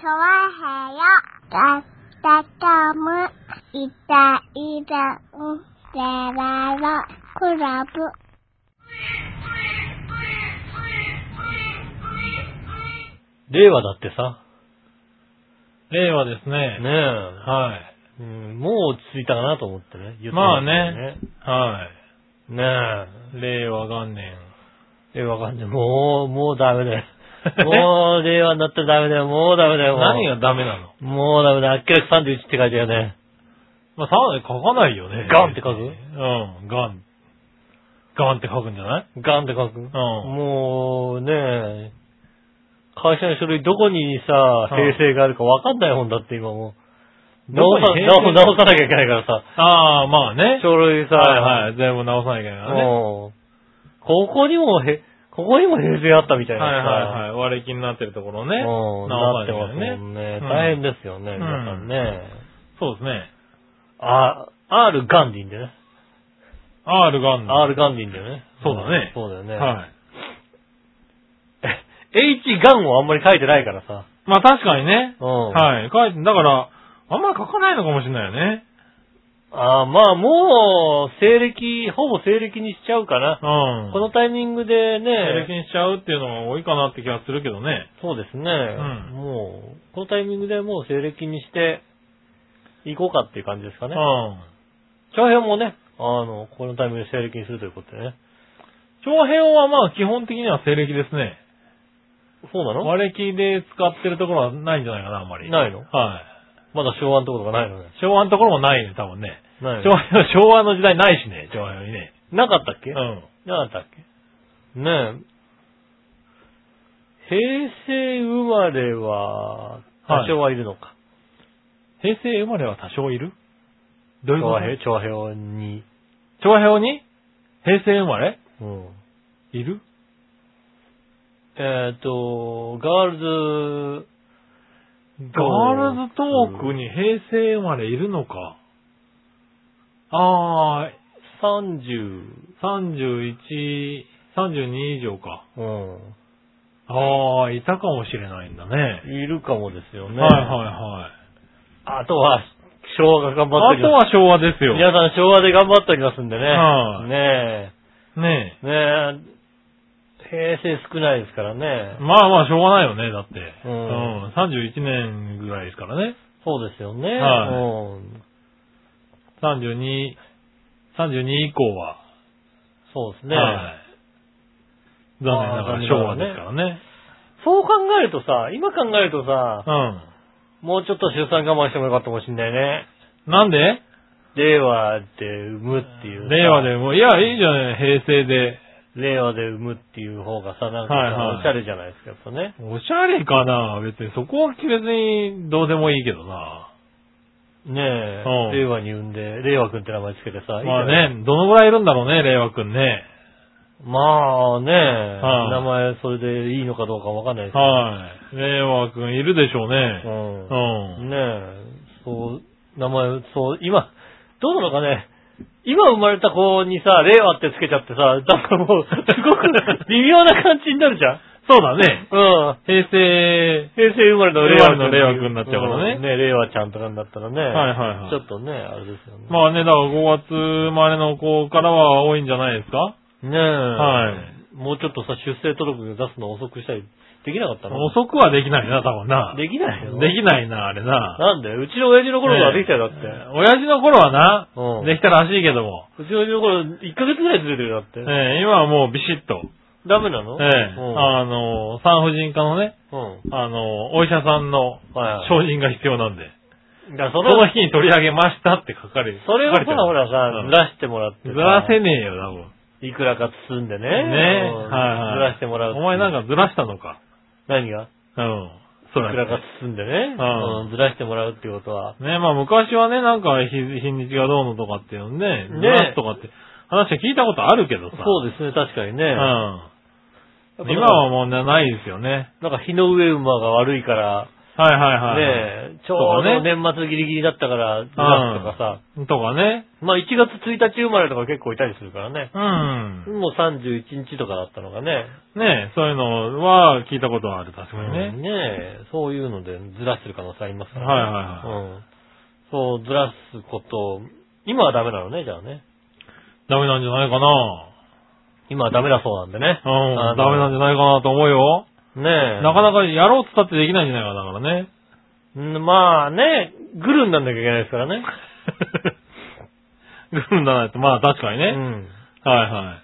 좋아해요따뜻함을이따이따운데라로클럽 令和だってさ。令和ですねね。え。はい。うんもう落ち着いたかなと思ってね。言ってまあすね。はけどね。ねい。令和元年。え。令和感じ。もう、もうダメ だよ。もう、令和になったらダメだよ。もうダメだよ。もう何がダメなのもうダメだ。あっけらか31って書いたよね。まあ、3で書かないよね。ガンって書くうん、ガン。ガンって書くんじゃないガンって書く。んもう、ねえ。会社の書類どこにさ、平成があるかわかんないもんだって今もう。どこ直にさ、平成直直さなきゃいけないからさ。ああ、まあね。書類さ、はいはい。全部直さなきゃいけないからね。うんここにもへ、ここにも平成あったみたいなはいさ。はいはい。割り切りになってるところをね。うんな直っさてなきまゃすいけないもんね。うん大変ですよね、ん皆さんね。そうですね。あ、R ガンディンでね。 R ガンダム。 R ガンディンでね。そうだんねそうだよね。はい。 H ガンをあんまり書いてないからさ。まあ確かにね。うん。はい。書いて、だから、あんまり書かないのかもしれないよね。あーまあもう、西暦、ほぼ西暦にしちゃうかな。うん。このタイミングで経ね、験しちゃうっていうのが多いかなって気がするけどね。そうですね、んもう、このタイミングでもう西暦にして、行こうかっていう感じですかうね。ん。長編もね、あの、このタイミングで西暦にするということでね。長編はまあ基本的には西暦ですね。そうなの和暦で使ってるところはないんじゃないかな、あんまり。ないのはい。まだ昭和のところがないのね。昭和のところもないね、多分ね。ない昭の和の、昭和の時代ないしね、昭和よりね。なかったっけ、うん。なかったっけねえ。平成生まれは、多少はいるのか。平成生まれは多少いるどういう長こと編、長編に。調和表に平成生まれうん。いるえっ、と、ガールズ、ガールズトークに平成生まれいるのか。あ30、ー、31、32以上か。うん。あー、いたかもしれないんだね。いるかもですよね。はいはいあとは、昭和が頑張っはてい。あおりとます。は昭和ですよ。皆さん昭和で頑張っておりますんでね。はいねねえ。ねえ。平成少ないですからえ。ね。まあまあ、しょうがないよね、だって。うんう31年ぐらいですからね。そうですよね。はいうん32、32以降は。そうですね、はい。残念ながあーら昭和ですからね。そう考えるとさ、今考えるとさ、うもうちょっと出産我慢してもよかったかもしんないね。ん。なんで令和で産むっていうさ。令和でも、いや、いいじゃない、平成で。令和で産むっていう方がさ、なんかさ、はいはいおしゃれじゃないですか、やっぱね。おしゃれかな別に、そこは別にどうでもいいけどな。ねえ、うん令和に産んで、令和くんって名前つけてさ、いいじまゃあないね、どのぐらいいるんだろうね、令和くんね。まあね、はい名前それでいいのかどうかわかんないですけどはい。令和くんいるでしょうね。う。うんん。ねえ、そう、名前、そう、今、どうなのかね、今生まれた子にさ、令和ってつけちゃってさ、なんかもう、すごく微妙な感じになるじゃんそうだね。うん。平成、平成生まれの令和令和の令和君になっちゃうからねんね、令和ちゃんとかになったらね。はいはいはいちょっとね、あれですよね。まあね、だから5月生まれの子からは多いんじゃないですかねえ。はいもうちょっとさ、出生届出すの遅くしたり、できなかったの遅くはできないな、多分な。できないよ。できないな、あれな。なんでうちの親父の頃からできたよ、だって。親父の頃はな、うんできたらしいけども、うちの親父の頃、1ヶ月ぐらいずれてるよだって。ええ今はもうビシッと、ダメなのええあの、産婦人科のね、うん。うん。あの、お医者さんのはいはい承認が必要なんで、だからそその、の日に取り上げましたって書かれる。それをさ、書かてるほらさ、うんずらしてもらってさ。ずらせねえよ、多分。いくらか包んでね。ねえ、うんはいはい。ずらしてもらう。お前なんか。かずらしたのか。何がうん。そいうだくね。らか包んでね。うんうんずらしてもらうってことは。ねまあ昔はね、なんか日日にちがどうのとかっていうのねね、ずらすとかって話は聞いたことあるけどさ。そうですね、確かにね。うん。やっぱ今はもうねないですよね。なんか、火の上馬が悪いから、はいはいはい。ねえ、ちょうそうどだ年末ギリギリだったから、2月とかさ、とかね。まあ1月1日生まれとか結構いたりするからね。うん。もう31日とかだったのがね。ねえ、そういうのは聞いたことある、確かにうね。んねえ、そういうのでずらしてる可能性ありますからね。はいはいうん。そう、ずらすこと、今はダメなのね、じゃあね。ダメなんじゃないかな今はダメだそうなんでね。あうのん、ダメなんじゃないかなと思うよ。ねえ。なかなかやろうっつったってできないんじゃないかな、だからね。 うんまあね、グルになんなきゃいけないですから ね。グルにならないと、まあ確かにうね。ん。はいは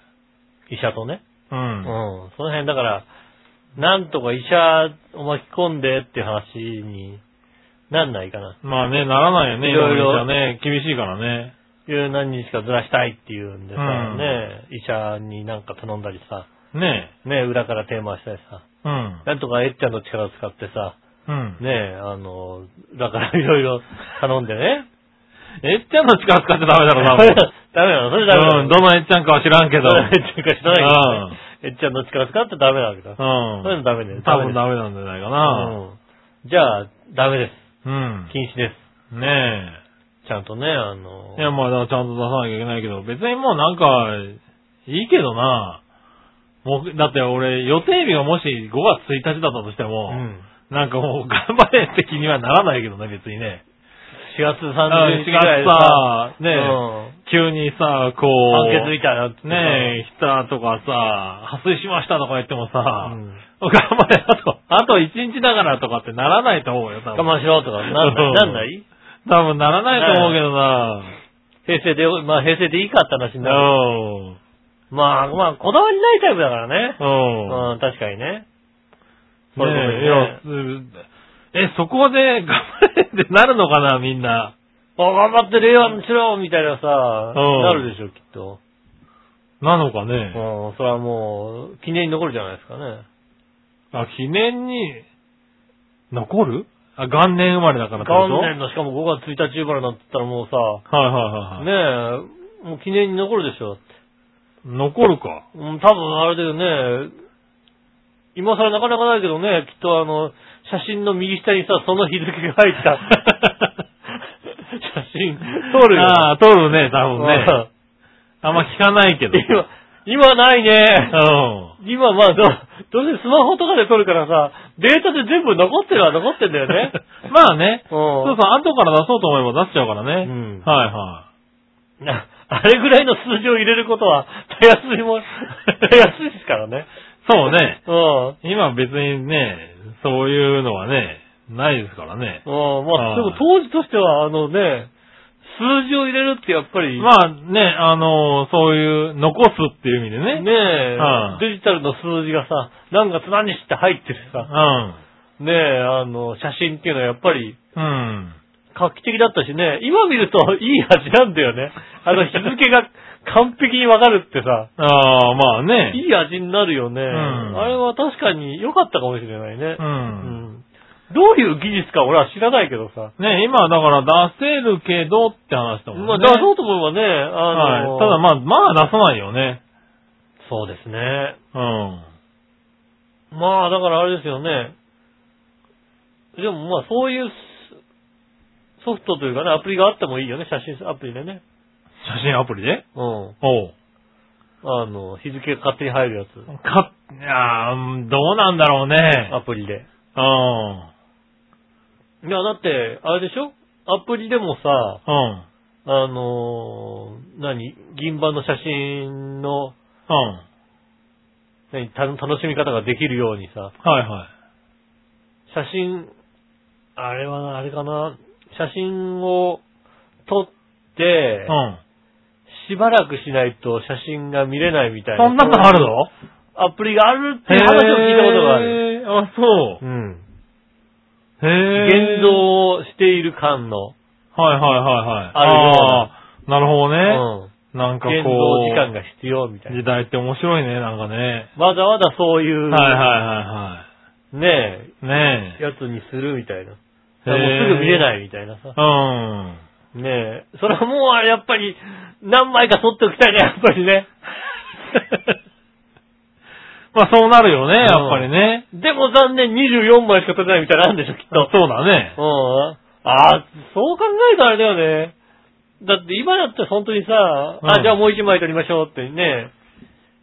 い。医者とね。ううん。ん。その辺だから、なんとか医者を巻き込んでっていう話になんないかな。まあね、ならないよね、いろいろ今の医者ね、厳しいからね。いう何日かずらしたいっていうんでさ、うんねえ、医者になんか頼んだりさ、ねねえ、裏からテーマしたりさ、え。うん。なんとかえっちゃんの力を使ってさ、うん。ねえ、あの、裏からいろいろ頼んでね。えっちゃんの力使ってダ メ だろうな、もうダメなのそれダメなのうん、どのえっちゃんかは知ら んけど。どのえっちゃんか知らないけどね、えっちゃんの力使ってダメなわけだ。うん。そういうのダメだよ。多分ダメダメなんじゃないだかな。よ。うんじゃあ、ダメでうんす。。禁止でねす。ちゃんとね、あのえ。い、や、まあ、だからちゃんと出さなきゃいけないけど、別にもうなんか、いいけどな。もう、だって俺、予定日がもし5月1日だったとしてうも、ん。なんかもう頑張れって気にはならないけどね、別にね。 4月4 30日ぐらい月でさ、さ、ねうえ、ん急にさ、こ判決みう、たいなのねえ、来たとかさ、破水しましたとか言ってもさ、うん頑張れ、あと、あと1日だからとかってならないと思うよ、多我分。慢しろとか、なんない、なんない多分ならないと思うけどな。平成で、まあ平成でいいかって話になる。うん。まあまあ、こだわりないタイプだからね。うん。うん、確かにね。ねそうえ、いいうこやとですねうんえ、そこで頑 張れってなるのかな、みんな。あ、頑張って令和にしろみたいなさ、うんなるでしょ、きっと。なのかうんね。、それはもう、記念に残るじゃないですかね。あ、記念に、残るあ、元年生まれだからってこと元年の、しかも5月1日生まれなんて言ったらもうさ、はいはいはいはい。ねえ、もう記念に残るでしょ。残るか。うん、多分あれだよね、今更なかなかないけどね、きっとあの、写真の右下にさ、その日付が入った 写真、撮るよ。ああ、撮るね、多分ね。あんま聞かない けど。今、今ないね。う今まあ、ど、どうせスマホとかで撮るからさ、データで全部残ってるは残ってんだよ ね。ん。 まあね。うそうんそう、後から出そうと思えば出しちゃうからね。うんはいはなあれぐらいの数字を入れることは、たやすい もん、たやすいですからね。い。そうね。うん。今別にね、そういうのはね、ないですからね。うん、まあ、はいでも当時としては、あのね、数字を入れるってやっぱり、まあね、あのそういう、残すっていう意味でね。ねえ、はいデジタルの数字がさ、何月何日って入ってるうさ、ん。ねえ、あの、写真っていうのはやっぱりうん。画期的だったしね、今見るといい味なんだよね。あ の日付が完璧にわかるってさ、ああ、まあね。いい味になるよね。んあれは確かに良かったかもしれないね。う。うんんどういう技術か俺は知らないけどさ。ね、今はだから出せるけどって話だもんね。まあ、出そうと思えばね、あの、はい。ただまあ、まあ出さないよね。そうですね。うん。まあ、だからあれですよね。でもまあ、そういうスソフトというかね、アプリがあってもいいよね、写真アプリでね。写真アプリでうん。おう。あの、日付が勝手に入るやつ。か、いやーうんどうなんだろうアね。プリで。うん。いや、だって、あれでしょアプリでもさ、うん。あのー何銀盤の写真の、うん。何た楽しみ方ができるようにさ、はいはい。写真、あれは、あれかな、写真を撮って、うん。しばらくしないと写真が見れないみたいな。そんなのあるのアプリがあるっていう話を聞いたことがある。。へー。あ、そうん。う。へえ。現。像をしている感の、はいはいはいはい。あるようなあーなるほどうね。ん。なんかこう。現像時間が必要みたいな時。代って面白いね、なんかね。わざわざそういう、はいはねいはいはい。ねえ、やつにするみたいな。え。もうすぐ見れい。ないみたいなさ。うん。ねえ、それはもうあれやっぱ り、何枚か撮っておきたいね、やっぱりね。まあそうなるよね、やっぱりね。でも残念24枚しか取れないみたいなのあるんでしょ、きっと。そうだね。うん。ああ、そう考えたらあれだよね。だって今だって本当にさ、うあ、んじゃあもう1枚取りましょうってね。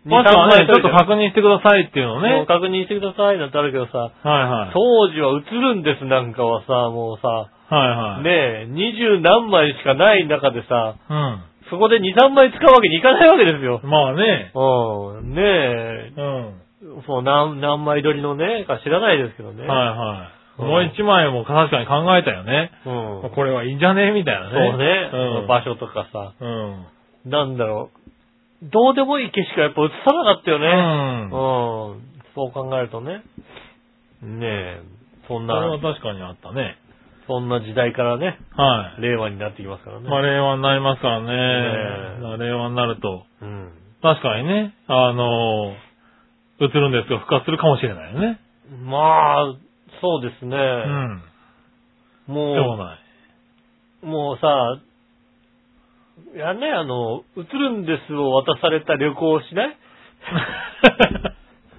もしくはね、ちょっと確確認してくださいっていうのをね。確認してくださいなんてあるけどさ、はいはい。当時は映るんですなんかはさ、もうさ、はいはい。ねえ、二十何枚しかない中でさ、うん。そこで二、三枚使うわけにいかないわけですよ。まあね。うん、ねうん。え、そう何、何枚取りのね、か知らないですけどね。はいはい。うんもう一枚も確かに考えたよね。うん。これはいいんじゃねみたいなね。そうね、うん。場所とかさ、うん。なんだろう。どうでもいい景色がやっぱ映さなかったよう。ね。うんこそう考えるとね。ねえ、そんれはな、確かにあったね。そんな時代からね、はい。令和になってきますからね。まあ令和になりますからね。ね令和になると。うん。確かにね、あの映るんですが復活するかもしれないよね。まあ、そうですね。うん。しょうもがない。う、もうさ、いやね、あの、映るんですを渡された旅行をしない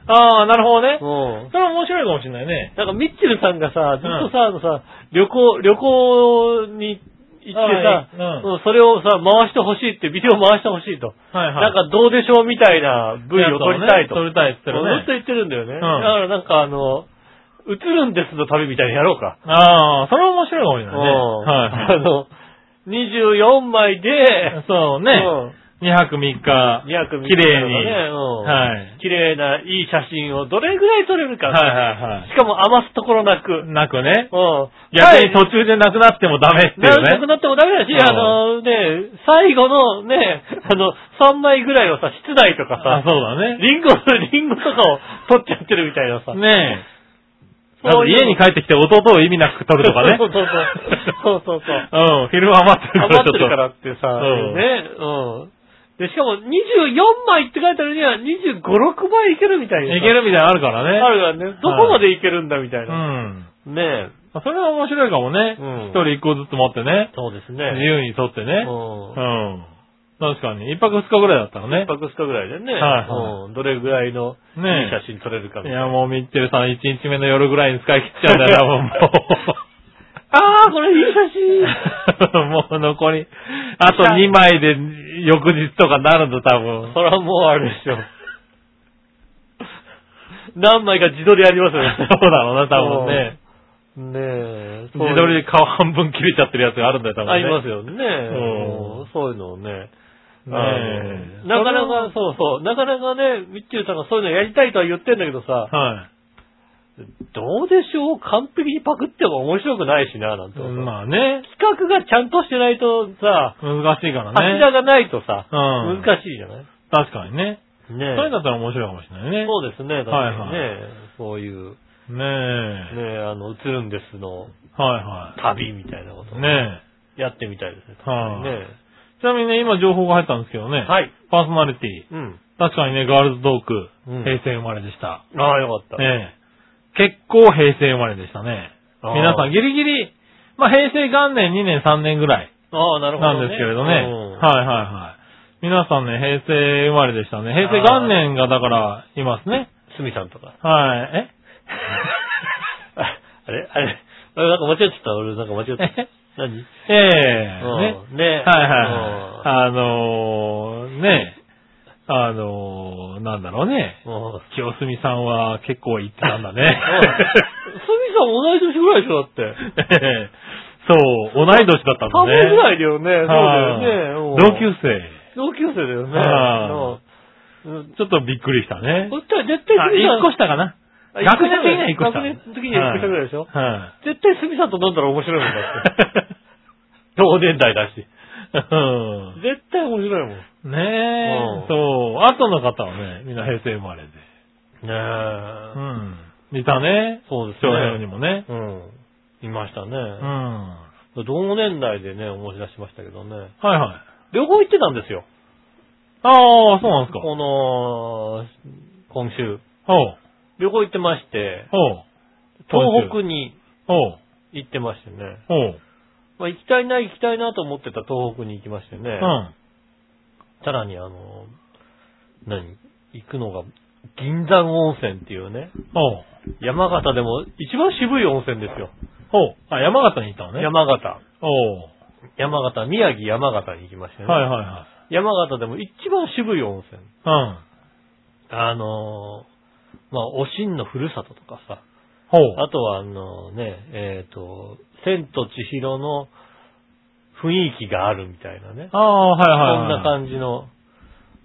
ああ、なるほどね。うん。 それは面白いかもしれないね。なんかミッチェルさんがさ、ずっとさ、あのさ、旅行、旅行に行ってさ、ああうんうんそれをさ、回してほしいって、ビデオ回してほしいと。はいはい。なんかどうでしょうみたいな V を撮りたいと。撮りたいって言ってずっるとね。言ってるんだよね。だんからなんかあの、映るんですの旅みたいにやろうか。ああ、それは面白いかもしれうんないね。はあいの、24枚で、 はい。そううね。ん2泊3日。 2泊3日綺麗にねうんはい。綺麗な、いい写真をどれぐらい撮れるか。はいはいはいしかも余すところなく。うん。なくね。逆に途中でなくなってもダメっていなうなくね。なってもダメだし、うんあのね、最後のね、 あの、3枚ぐらいをさ、室内とかさ、あそうだね。リンゴ、リンゴとかを取っちゃってるみたいなさ。ねえ。そういう家に帰ってきて弟を意味なく撮るとかね。そうそうそう。そうそうそう。うん、フィルム余ってるから余ちょっっと。てるからってさ、うんね、うん。で、しかも24枚って書いてあるには25、6枚いけるみたいなさ。いけるみたいなのあるからあね。るからね、どこまでいけるんだみたいな。うん。ねえ。それは面白いかもねうん。一、人一個ずつ持ってね。そうです自ね。由に撮ってね。うんうん。確かに。一泊二日ぐらいだったらね一。泊二日ぐらいでね、はいはうんどれぐらいのいいねえ写真撮れるかみいたいな。や、もうミッチェルさん一日目の夜ぐらいに使い切っちゃうん だよな、もうああ、これいい写もう。もう 残り、あと2枚で翌日とかなるんだ、多分真。。 それはもうあれでしょ。何枚か自撮りあります そうよだね。ろうな、多分ね。ねえ。自撮りで顔半分切れちゃってるやつがあるんだよ、多分ね。ありますよね。んうんそういうのをね。ねえあのなかなか、そうそう、なかなかね、ミッチェルさんがそういうのやりたいとは言ってんだけどさ、はい。どうでしょう完璧にパクっても面白くないしな、なんて思う。まあね、企画がちゃんとしてないとさ、難しいからね。柱がないとさ、うん難しいじゃないね確かにね。えそういうのだったら面白いかもしれないね。そうですね、確かにね。はそういう、ね、ねえ。あの、映るんですのはいは旅みたいなことをい。ねやってみたいですね。はねいえ。ちなみにね、今情報が入ったんですけどね。はい。パーソナリティ。うん。確かにね、ガールズトーク、うん平成生まれでした。ああ、よかった。ええ。結構平成生まれでしたね。あー皆さんギリギリ、まあ平成元年2年3年ぐらいああ、なるほなど、ね。んですけれどね。うんはいはいはい。皆さんね、平成生まれでしたね。平成元年がだから、いますね。すみさんとか。 はい。えああれあれ俺なんか間違っちゃった。俺なんか間 違っちゃった。何ええね。うんねえ。はいはいはい。あのー、ねあのー、なんだろうね。うんうん清澄さんは結構行ってたんだね。すみさんも同じ年ぐらいでしょ、だって。 そう、同い年だったん多だね分。ぐらいだよね。そうだよはね。いうん同級生。同級生だよね。はうんうんちょっとびっくりしたねそ。したら絶対あ、スミさん一個下かな。あ学年的には一個下。学年的には一個下ぐらいでしょはいは絶対スミさんと飲んだら面白いもんだ って。同年代だし。い。うん絶対面白いもん。ねねうんえ、そう。後の方はね、みんな平成生まれで。うえ。ん。いたね。そうです長編にね。もね。うん。いましたね。うん。は同年代でね、思い出しましたけどね。いはい。旅行行ってたんですよ。ああ、そうなんですか。この、今週。おう。旅行行ってまして、おう。東北におう。行ってましてね。おう。まあ、行きたいな、行きたいなと思ってた東北に行きましてね。うん。さらにあの、何行くのが銀山温泉っていうね、おう。山形でも一番渋い温泉ですよ。おう。あ、山形に行ったのね。山形。おう。山形、宮城山形に行きましたね。はいはいはい。山形でも一番渋い温泉。うん。あのーまあ、おしんのふるさととかさ、ほう。あとはあのね、えっ、と、千と千尋の雰囲気があるみたいなね。ああ、はそんいはいはい。な感じの、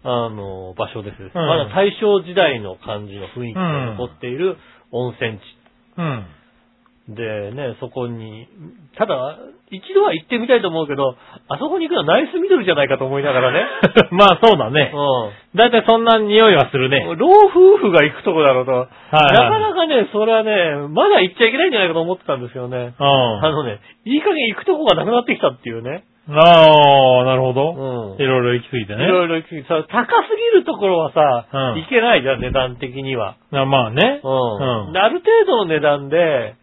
あの、場所です。まうんだ大正時代の感じの雰囲気が残っている温泉うん。地。でね、そこに、ただ、一度は行ってみたいと思うけど、あそこに行くのはナイスミドルじゃないかと思いながらね。 まあそうだね。うだいたいそんな匂いはするね。ん。老夫婦が行くとこだろうと。いはいなかなかね、それはね、まだ行っちゃいけないんじゃないかと思ってたんですよね。うあのね、いい加減行くとこがなくなってきたっていうね。ん。ああ、なるほうど。んい。ろいろ行き過ぎていね。ろいろ行きさ、高すぎるところはさ、うんいけないじゃん、値段的には。あまあね。うん。うんである程度の値段で、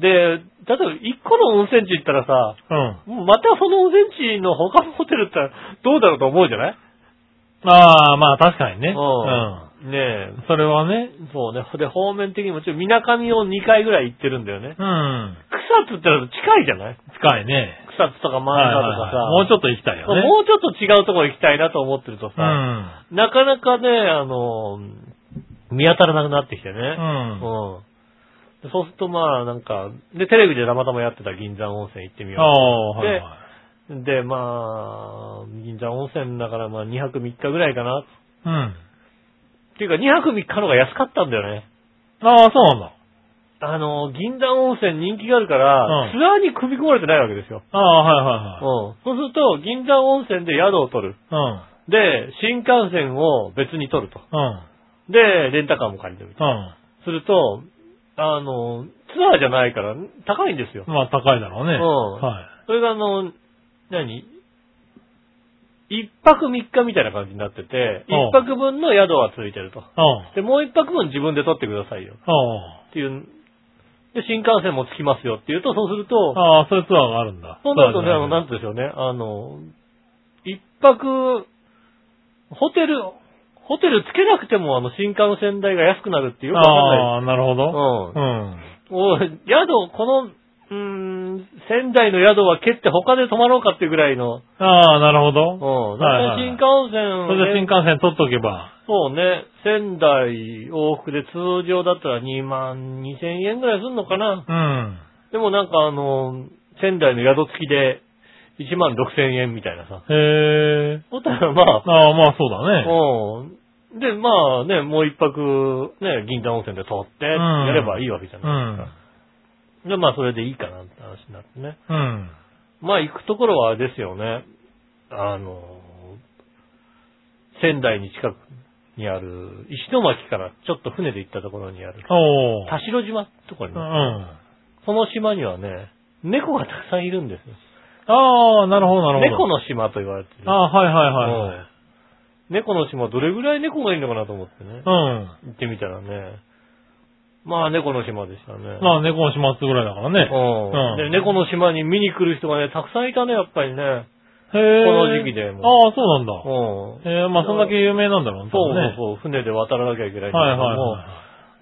で、例えば1個の温泉地行ったらさ、うん。もうまたその温泉地の他のホテルってどうだろうと思うじゃないああ、まあ確かにね。うん。うん。ねそれはね。え、そうね。で、方面的にもちょっとみなかみを2回ぐらい行ってるんだよね。うん。草津ってのは近いじゃない近いね。草津とか漫はい画はいとかはいさ。もうちょっと行きたいよね。もうちょっと違うところ行きたいなと思ってるとうさ、ん。なかなかね、あの、見当たらなくなってきてね。うん。うん。そうするとまあなんか、で、テレビでたまたまやってた銀山温泉行ってみあよあ、はいはう。で、まあ、銀山温泉だからまあ2泊3日ぐらいかな。っい。うん。ていうか2泊3日の方が安かったんだよね。ああ、そうなんだ。あの、銀山温泉人気があるから、うんツアーに組み込まれてないわけですよ。ああ、うんは。そうすると、銀山温泉で宿を取る。いはいはい。で、新幹線を別に取ると。うん。で、レンタカーも借りてみたい。うん。すると、あの、ツアーじゃないから高いんですよう。ん。まあ高いだろうね。うんはい。それがあの、何一泊三日みたいな感じになってて、うん一泊分の宿はついてると。うん。で、もう一泊分自分で取ってくださいよ。あっていう。で、新幹線も着きますよっていうと、そうするとあ。、ああ、そういうツアーがあるんだ。そうなるとね、あの、なんて。て言うんでしょうね、あの、一泊、ホテル、ホテルつけなくても、あの、新幹線代が安くなるっていうよくわああ、なるほかんど。ない。うんおう。ん。宿、この、うーん、仙台の宿は蹴って他で泊まろうかっていうぐらいの、ああ、なるほど。うん。はいだはいたいい新幹そ線、れで新ね幹線取っとけば。そうね、仙台往復で通常だったら2万2千円ぐらいすんのかな。うん。でもなんかあの、仙台の宿付きで1万6千円みたいなさ。へえ。ほったらまあ、ああ、まあそうだね。 うん。で、まあね、もう一泊、ね、銀山温泉で通って、んやればいいわけじゃうないですんか。。で、まあそれでいいかなって話になってね。うん。まあ行くところはあれですよね。あの、仙台に近くにある、石巻からちょっと船で行ったところにある、おお。田代島ってところに、うん。あその島にはね、猫がたくさんいるんですよ。あ、なるほど、なるほど。猫の島と言われてる。ああ、はいはいはい。うん猫の島、どれぐらい猫がいるのかなと思ってね。うん。行ってみたらね、まあ猫の島でしたね。まあ猫の始末ぐらいだからね。うんうでん猫の島に見に来る人がね、たくさんいたね、やっぱりね。へえ。この時期でもああ、そうなんうだ。んええ、まあそんだけ有名なんだろうね。そう多分ね。そうそう、船で渡らなきゃいけないんだけども、はいはい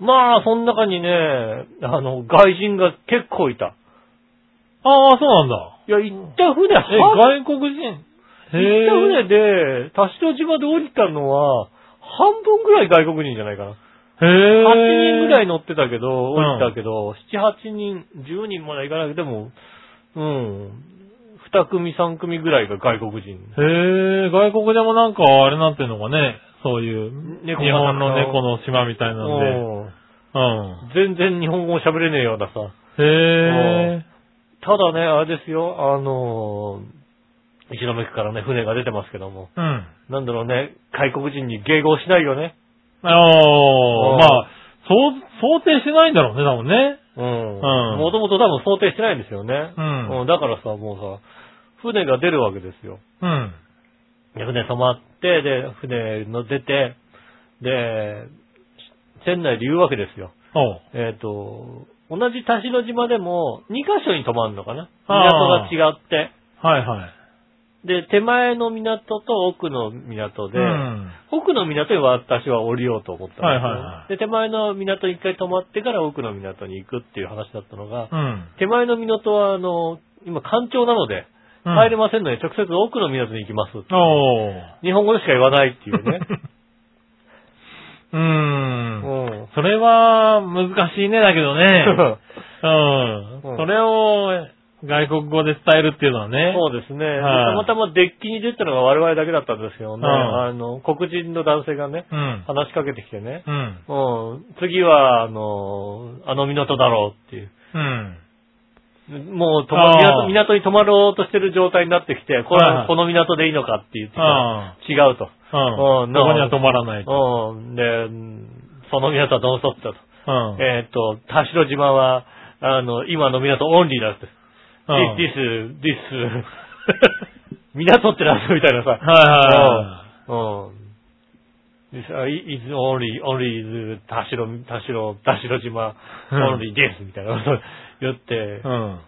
はまあ、その中にね、あの、外人が結構いた。い。ああ、そうなんだ。いや、行った船、え、は外国人へ行え。った船で、田代島で降りたのは、半分ぐらい外国人じゃないかな。へえ。 8人ぐらい乗ってたけど、ん降りたけど、7、8人、10人まで行かなくても、うん、2組、3組ぐらいが外国人。へえ、外国でもなんか、あれなんていうのかね、そういう、日猫が本の猫の島みたいなんで、うんうん。全然日本語喋れねえようなさ。へえ、ただね、あれですよ、あのー、石巻からね、船が出てますけども、うん。なんだろうね、外国人に迎合しないよね。あうんあ、まあ、そう、想定してないんだろうね、多分ね。うん。うんもともと多分想定してないんですよね。うんだからさ、もうさ、船が出るわけですよ。うん。で船止まって、で、船の出て、で、船内で言うわけですよ。おう。えっ、と、同じ田代島でも2カ所に泊まるのかなあー港が違って。はいはい。で、手前の港と奥の港で、うん。奥の港に私は降りようと思ったんですよはいはいはいで、手前の港に一回止まってから奥の港に行くっていう話だったのが、うん。手前の港は、あの、今、干潮なので、うん入れませんので、直接奥の港に行きます。おー。日本語でしか言わないっていうね。う。うんん。それは難しいね、だ けどね。うんうん。それを外国語で伝えるっていうのはね。そうですね。ではいたまたまデッキに出てたのが我々だけだったんですけどね、うんあの、黒人の男性がね、うん。話しかけてきてね、うん。うん、次は、あの、あの港だろうっていう。うん。もう泊まあー港、港に泊まろうとしてる状態になってきて、こはいはのいこの港でいいのかって言ってきたらあ違うと。あ。ううんん。そこには止まらない。うん。うん。で、その港はどうぞったと。えーっと、田代島は、あの、今の港オンリーだって。うん this, this, 港ってなんだみたいなさ。はいうはん。This is only, only 田代、田代、田代島、うん only です、みたいなことを言ってい、はい。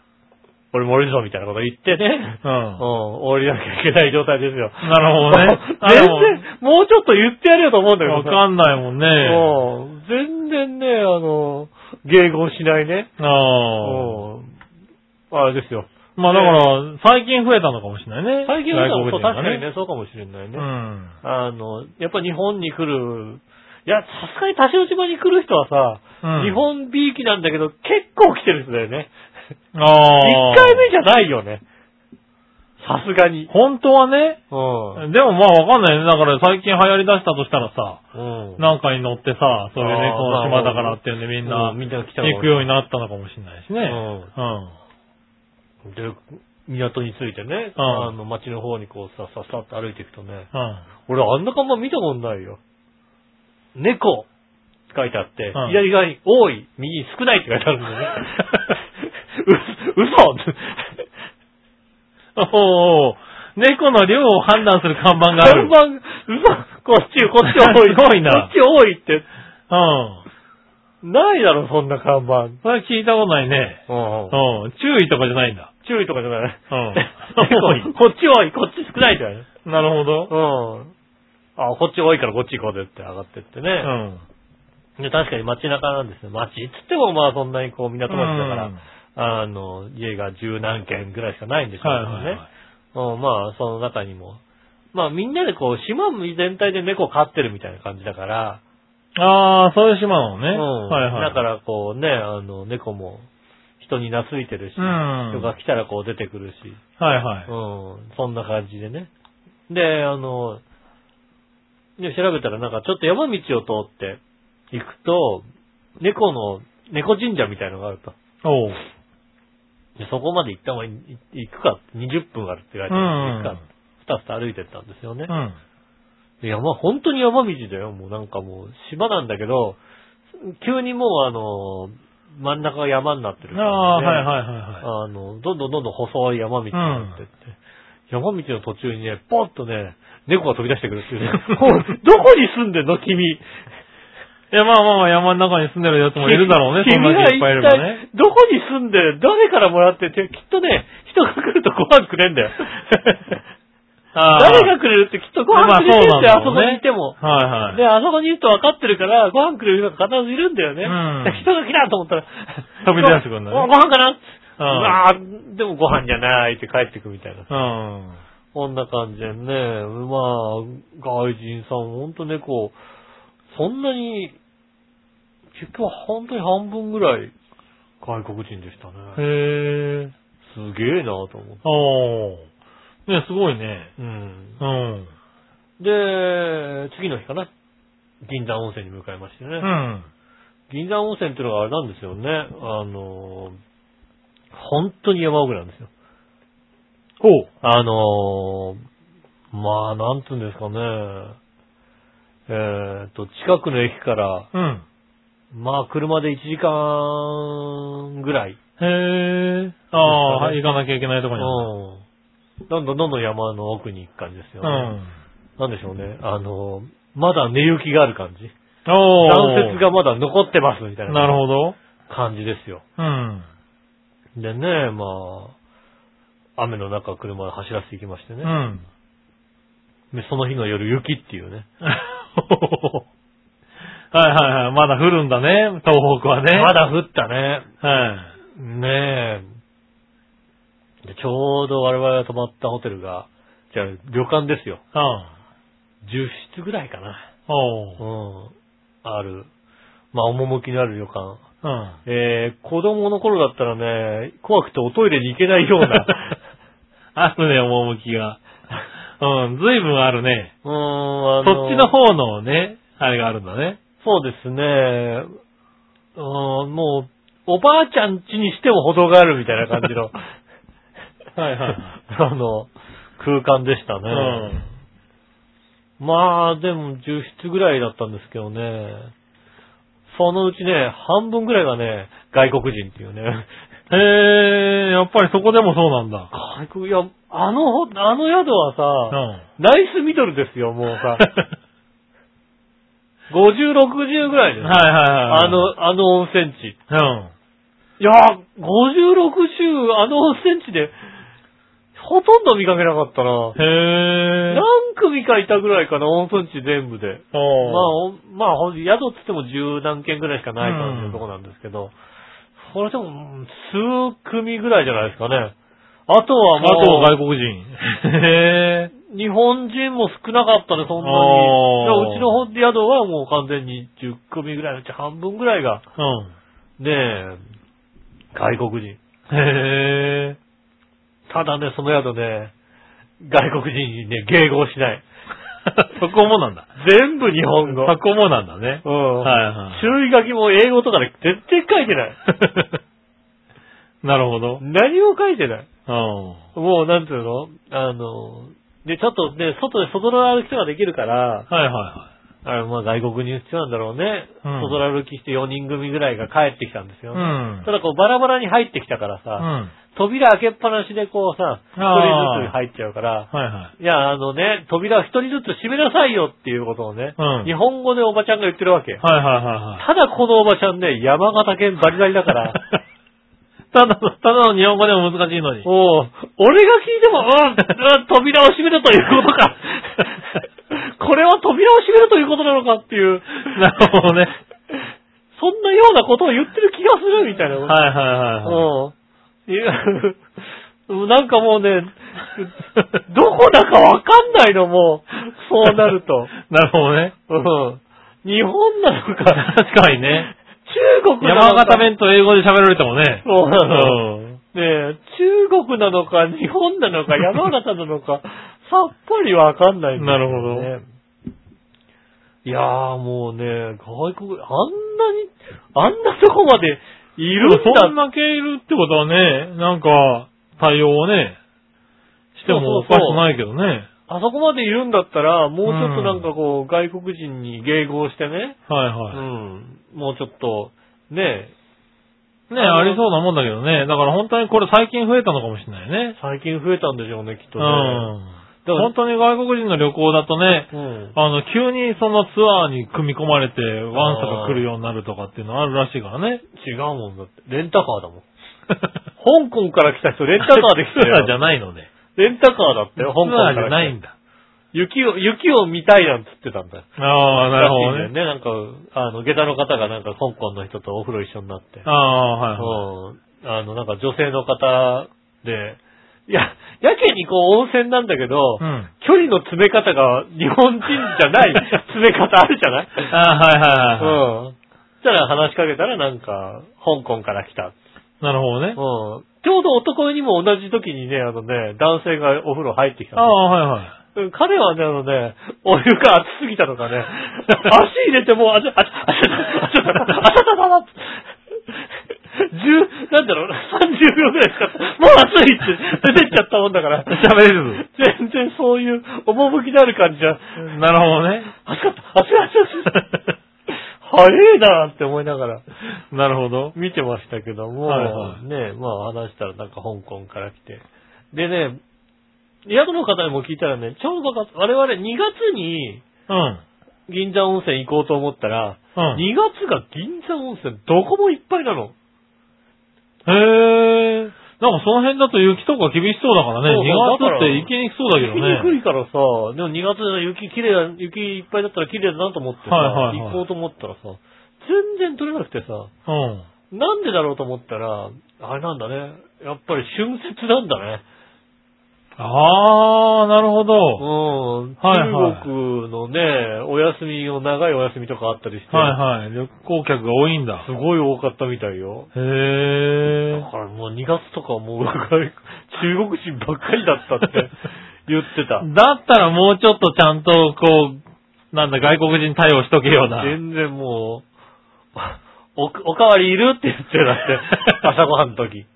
俺も俺ぞみたいなこと言ってね。うん。うん、うん。降りなきゃいけない状態ですよ。。なるほどね 全然、もうちょっと言ってやれよと思うんだけどわさかんないもんね。うん全然ね、あの、迎合しないね。ああ。うんあれですよ。まあだから、最近増えたのかもしれないね。最近はそう外国人確がかにね、そうかもしれないね。うん。あの、やっぱ日本に来る、いや、さすがに田代島に来る人はさ、うん日本びいきなんだけど、結構来てる人だよね。一ああ。回目じゃないよね。さすがに。本当はね、うん。でもまあわかんないね。だから最近流行り出したとしたらさ、うん。なんかに乗ってさ、そういうあね、ーこの島だからっていうんでみんなうんみんな来たの行くようになったのかもしれないしね。うで、港に着いてね、うんあの、街の方にこうさ、ささっと歩いていくとね、うん。俺あんな看板見たことないよ。猫って書いてあって、うん左側に多い、右に少ないって書いてあるんだよね。 う、嘘おお猫の量を判断する看板があ看る。板、嘘こっち、こっち多い。すごいこなっち多いって、うん。ないだろ、そんな看板。それ聞いたことないね。うんうん。注意とかじゃないんだ。注意とかじゃない。 うん こっち多い、こっち少ないってね。 なるほど。うん。あ、こっち多いからこっち行こうでって上がってってね。うん。で確かに街中なんですね。街っつってもまあそんなにこう港町だから、うんあの、家が十何軒ぐらいしかないんでしょうはいはいけどはね。うんまあその中にも。まあみんなでこう島全体で猫飼ってるみたいな感じだから、い。ああ、そういう島なのね。うんはいはい。だからこうね、あの猫も人に懐いてるし、うん人が来たらこう出てくるし、はいはい。うん、そんな感じでね。で、あの、で調べたらなんかちょっと山道を通って行くと、猫の、猫神社みたいのがあると。おう。でそこまで行った方がいいい行くか、20分あるって書いてあるんでうん行くか、ふたふた歩いてったんですよねう。ん。で山、本当に山道だよ。もうなんかもう島なんだけど、急にもうあの、真ん中が山になってるあらあ、はいはいはいはい。あの、どんどんどんどん細い山道になってって、山道の途中にね、ポッとね、猫が飛び出してくる っていうね。おいどこに住んでんの君。いや、まあまあまあ、山の中に住んでるやつもいるだろうね、そん君なはに一いっぱいいれば体 ね。、どこに住んで、誰からもらってて、きっとね、人が来るとご飯くれんだ よ。ああ誰がくれるってきっとご飯くれるんだよ、あそこにいても。はいはい。で、あそこにいると分かってるから、ご飯くれる人が必ずいるんだよね。うん人が来たと思った ら、飛び出してくるんだねおご飯かなうんああ、でもご飯じゃないって帰ってくみたいな。うん。こんな感じでね、まあ、外人さん、ほんと猫、そんなに、結局本当に半分ぐらい外国人でしたね。へえ。すげえなと思って。おー。ね、すごいね。うん。うん。で、次の日かな。銀山温泉に向かいましてね。うん。銀山温泉っていうのがあれなんですよね。あの、本当に山奥なんですよ。おう。あのー、まあ、なんつうんですかね。えっ、と、近くの駅から、うん。まあ、車で1時間ぐらい。へえ。ああ、そうはですねい行かなきゃいけないとこうにある。ん。どんどんどんどん山の奥に行く感じですようね。ん。なんでしょうね。あのー、まだ寝行きがある感じ。おー。残雪がまだ残ってますみたいなるなほど。感じですよ。うん。でね、まあ、雨の中車で走らせていきましてね。うん。で、その日の夜雪っていう ね。はいはいはい。まだ降るんだね、東北はね。まだ降ったね。はい。ねえ。でちょうど我々が泊まったホテルが、じゃあ旅館ですよ。うん。 10室ぐらいかな。うおん。う。ある。まあ、趣のある旅館。うん。えー、子供の頃だったらね、怖くておトイレに行けないよう な。あるね、趣が。 うん、随分あるね。うーん、あのそっちの方のね、あれがあるんだね。そうですね。うーん、もう、おばあちゃん家にしても程があるみたいな感じの、 はいはい。 あの、空間でしたうね。ん。まあ、でも10室ぐらいだったんですけどね。そのうちね、半分ぐらいがね、外国人っていうね。へえ、やっぱりそこでもそうなんだ。外国、いや、あの、あの宿はうさ、ん。ナイスミドルですよ、もう さ。50、60ぐらいです。はいはいはい。あ、の、あの温泉地。うん。いやー、50、60、あの温泉地で、ほとんど見かけなかったな。へえ。何組かいたぐらいかな、温泉地全部で。まおうあ、おまあ、ほん宿って言っても十何軒ぐらいしかない感じうんのとこなんですけど、それでも、うん数組ぐらいじゃないですかね。あとはあとも外国人。 へえ。う、日本人も少なかったね、そんなにおー。だからうちのほん宿はもう完全に10組ぐらいのうち半分ぐらいが、ねえ、外国人。うん。へえ。ただね、その宿ね、外国人にね、迎合しない。 そこもなんだ。全部日本 語。そこもなんだね。うん。はいはい注意書きも英語とかで絶対書いて ない。なるほど。何も書いてない。うん。もう、なんていうのあの、で、ちょっとね、外で外の歩きとかできるから、はいはいはあれ、まあ外国に必要なんだろうね。うん外の歩きして4人組ぐらいが帰ってきたんですい。ようね。んた。だこうバラバラに入ってきたからうさ、ん。扉開けっぱなしでこうさ、一人あーずつ入っちゃうから、はいはい。いや、あのね、扉を一人ずつ閉めなさいよっていうことをね、うん日本語でおばちゃんが言ってるわけ。はいはいはいはい。ただこのおばちゃんね、山形県バリバリだから、 ただの、ただの日本語でも難しいのに。おう俺が聞いても、うん、うん、扉を閉めるということ か。これは扉を閉めるということなのかっていう、なるほどね。そんなようなことを言ってる気がするみたいな。はいはいはいはい。うん。いや なんかもうね、どこだかわかんないの、もう。そうなると。なるほどね。うん。日本なのか。確かにね。中国なのか。山形弁と英語で喋られてもね。そううなの。ん。ねえ、中国なのか、日本な のか、山形なのか、さっぱりわかんないんだよね、なるほど。いやーもうね、外国、あんなに、あんなとこまでいるんだそんだけいるってことはね、なんか、対応をね、してもおかしくないけどね。あそこまでいるんだったら、もうちょっとなんかこう、外国人に迎合してね、はいうはん、もうちょっと、ねえ、い。ね、ありそうなもんだけどね。だから本当にこれ最近増えたのかもしれないね。最近増えたんでしょうね、きっうとんね。。だから本当に外国人の旅行だとね、うん。あの、急にそのツアーに組み込まれて、ワンサが来るようになるとかっていうのあるらしいからね。違うもんだって。レンタカーだもん。 香港から来た人、レンタカーで来たツア ーじゃよ。ないのね。レンタカーだって、ツ香ア港かーら来じゃたないんだ。雪を、雪を見たいなんつってたんだよ。ああ、なるほどらしいんね。だよね。なんか、あの、下駄の方がなんか香港の人とお風呂一緒になって。ああ、はいはい。うん。あの、なんか女性の方で、いや、やけにこう温泉なんだけど、うん。距離の詰め方が日本人じゃ ない詰め方あるじゃないああ、はいはいはいはうん。そしたら話しかけたらなんか、香港から来た。い。なるほどうん。ねち。ょうど男にも同じ時にね、あのね、男性がお風呂入ってきたあの。あ、はいはうい。ん彼はね、あのね、お湯が熱すぎたのかね、足入れてもう、あちゃ、あちゃ、あちゃ、あちゃ、あちゃ、あちゃ、十、なんだろう、30秒ぐらいしか、もう熱いって出てっちゃったもんだから、喋れる。全然そういう、趣のある感じじゃ、なるほどね。暑かった、暑い暑い暑い。早えなって思いながらなるほど。見てましたけども、はいはいね、まあ話したらなんか香港から来て。でね、宿の方にも聞いたらね、ちょうどか我々2月にうん。銀山温泉行こうと思ったら、うん。 2月が銀山温泉どこもいっぱいなの。へえ。なんかその辺だと雪とか厳しそうだからね、そう2そうだから月って行きにくそうだけど雪に来るね。からさ、でも2月で雪きれいだ、雪いっぱいだったら綺麗だなと思ってさ、はいはいはい行こうと思ったらさ、全然取れなくてさ、うん。なんでだろうと思ったら、あれなんだね。やっぱり春節なんだね。あー、なるほど。うはん。はいはい中国のね、お休みの長いお休みとかあったりして、いはい。旅行客が多いんだ。すごい多かったみたいよ。へだー。からもう2月とか もう中国人ばっかりだった って言ってた。だったらもうちょっとちゃんと、こう、なんだ、外国人対応しとけよな。全然もう、 お、おかわりいるって言ってるだっ て、朝ごはんの時。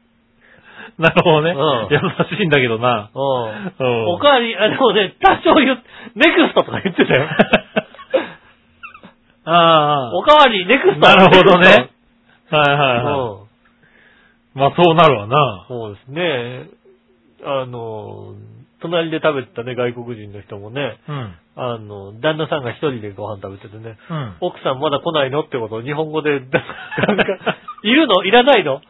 なるほどね。うん優しいんだけどな。う。うんんおかわり、あ、でもね、多少言っ、ネクストとか言ってたよ。 あおかわり、ネクストなるほどね。あ。はいはいはい。うん。まあそうなるわな。そうですね。あの、隣で食べてたね、外国人の人もね、うん。あの、旦那さんが一人でご飯食べててね、うん。奥さんまだ来ないのってことを日本語で、なんか、いるのいらないの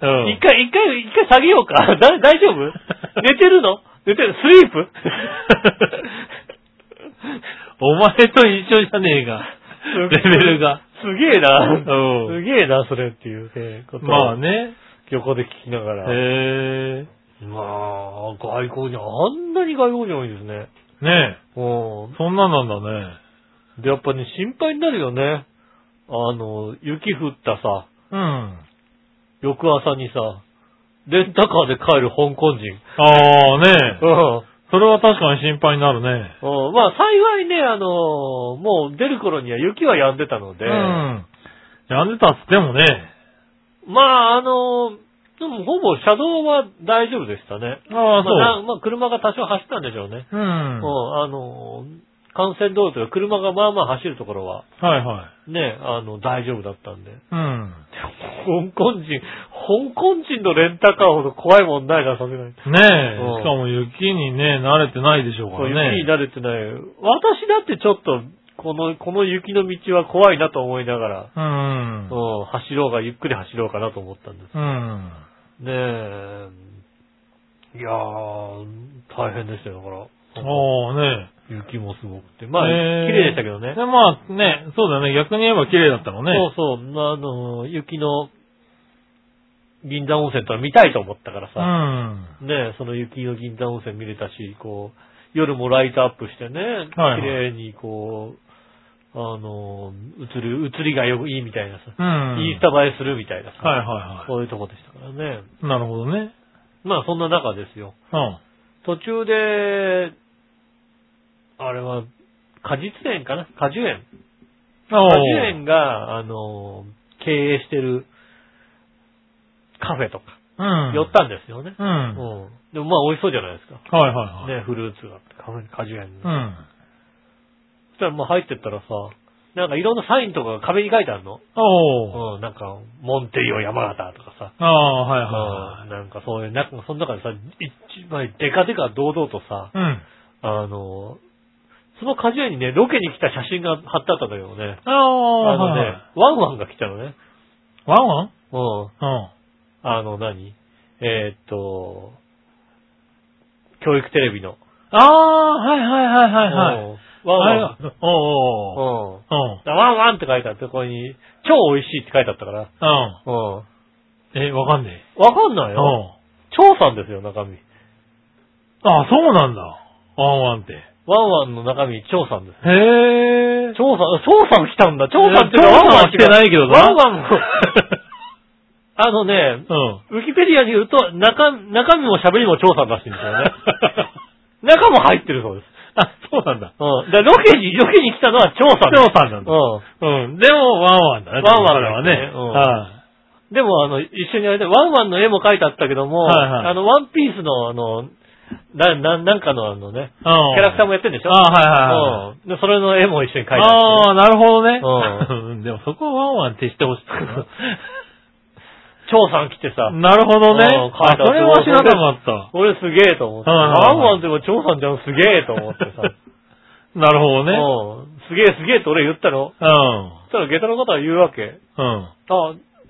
うん一回、一回、一回下げようか。だ大丈夫寝てるの寝てるスリープお前と一緒じゃねえか。 レベルが。すげえな。うんすげえな、それっていうね、ことをまあね。横で聞きながら。へえ。まあ、外国人、あんなに外国人多いですね。ねうえ。そんなんなんだね。ん。で、やっぱね、心配になるよね。あの、雪降ったさ、うん。翌朝にさ、レンタカーで帰る香港人。ああねうえ。ん。それは確かに心配になるね。うんまあ幸いね、あのもう出る頃には雪は止んでたので、うん。やんでたっつってもね。まああのでもほぼ車道は大丈夫でしたね。あまああ、なまあ車が多少走ったんでしょうね。そう。う。うんはん、あの幹線道路というか車がまあまあ走るところはいはい。ね、あの大丈夫だったんで。うん。香港人、香港人のレンタカーほど怖いもんないからさすがに。ねえ。しうんかも雪にね、慣れてないでしょうかそう雪らにね。慣れてない。私だってちょっと、この、この雪の道は怖いなと思いながら、うん。うん、走ろうが、ゆっくり走ろうかなと思ったんです。うん。ねえ、いやー、大変でしたよ、だから。ああね雪もすごくて。まあ、綺えー麗でしたけどねで、。まあね、そうだね。逆に言えば綺麗だったのね。そうそう、まああの、雪の、銀山温泉とは見たいと思ったからうさ、ん。ねえ、その雪の銀山温泉見れたし、こう、夜もライトアップしてね、綺はいはい麗にこう、あの、映る、映りがよいいみたいなさ、うん。インスタ映えするみたいなはいさ、はいはそういうとこでしたからね。い。なるほどね。まあそんな中ですよ。うん。途中で、あれは、果実園かな果樹園。あ果あ樹園が、あの、経営してるカフェとか、うん。寄ったんですよね。う。うんはいん。でもまあ美味しそうじゃないですか。はいはい。ね、フルーツがあって、カフェ果樹園。うそん。したらもう入ってったらさ、なんかいろんなサインとかが壁に書いてあるの。おお。うん、なんか、モンテイオ山形とかさ。ああ、はいはうんなんかそういう、なんかその中でさ、一枚デカデカ堂々とさ、いはい。うん。あの、その果樹園にね、ロケに来た写真が貼ってあったんだけどね。ああ、あのはいねはい。、ワンワンが来たのね。ワンワンうん。うん。あの何、えーっと、教育テレビの。ああ、はいはいはいはいはい。うんワンワン。あれがおううん。おうおううん。ワンワンって書いてあって、ここに、超美味しいって書いてあったから。うん。うん。わえ、わかんねかんなえ。いうよ。ん。超さんですよ、中身。あ、そうなんだ。ワンワンって。ワンワンの中身、超さんです。へえ。超さん、超さん来たんだ。超さんっていやワンワン長さんは来てないけどなワンワンも。 あのね、うん。ウィキペディアに言うと、中、中身も喋りも調査らしいんですよね。 中も入ってるそうです。あ、 そうなんだ。うん。だからロケに、ロケに来たのは調査長さんなんうだ。うん。でも、ワンワンだね。ワンワンだねだね。ううんん。はいん。でも、あの、一緒にやりたい。ワンワンの絵も描いてあったけども、はいはいあの、ワンピースの、あの、な、な、なんかのあのね、キキャャラクターももやってるんでしょあはいはいはい。うん。で、それの絵も一緒に描いてあって。ああ、なるほどね。うん。でもそこはワンワンってしてほしい。調査来てさ、なるほどね。うん書いあ、てあるそれは知らなかった。俺すげえと思って。はいはワいはいンワンでも調査じゃんすげえと思ってさ。なる ほどね。うん。すげえすげえって俺言ったの。うん。そしたら下駄の方は言うわけ。うん。あ、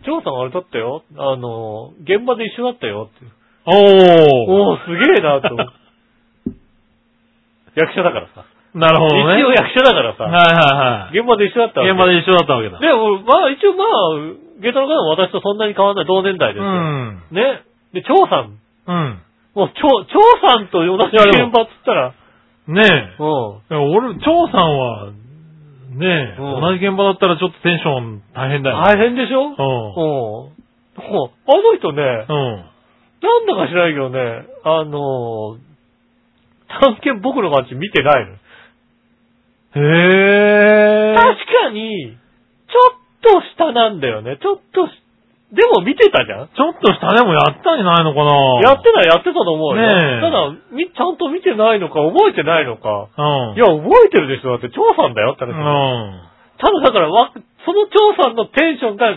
ジョーさんあれだったよ。あの、現場で一緒だったよって。おおー。ー、すげえなと思って。 役者だからさ。なるほどね。一応役者だからはいさ。はいはい。現場で一緒だったわけ現場で一緒だったわけだ。でも、まあ一応まあ、ゲトの方も私とそんなに変わらない同年代でうすよ。ん。ね。で、長さん。うん。もう、長、長さんと同じいやでも現場っつったら、うん。ねえ。でも俺、張さんは、ねえ、うん同じ現場だったらちょっとテンション大変だよ。大変でしょうん。ほあの人ね、うん。うん。なんだか知らないけどね、あのー、探検僕の感じ見てないの。へえ。確かに、ちょっと下なんだよね。ちょっとし、でも見てたじゃんちょっと下でもやったんじゃないのかなやってたらやってたと思うよ。ねえただみ、ちゃんと見てないのか、覚えてないのか。うん。いや、覚えてるでしょ。だって、長さんだよってう話。ん。ただだからわ、その長さんのテンションが、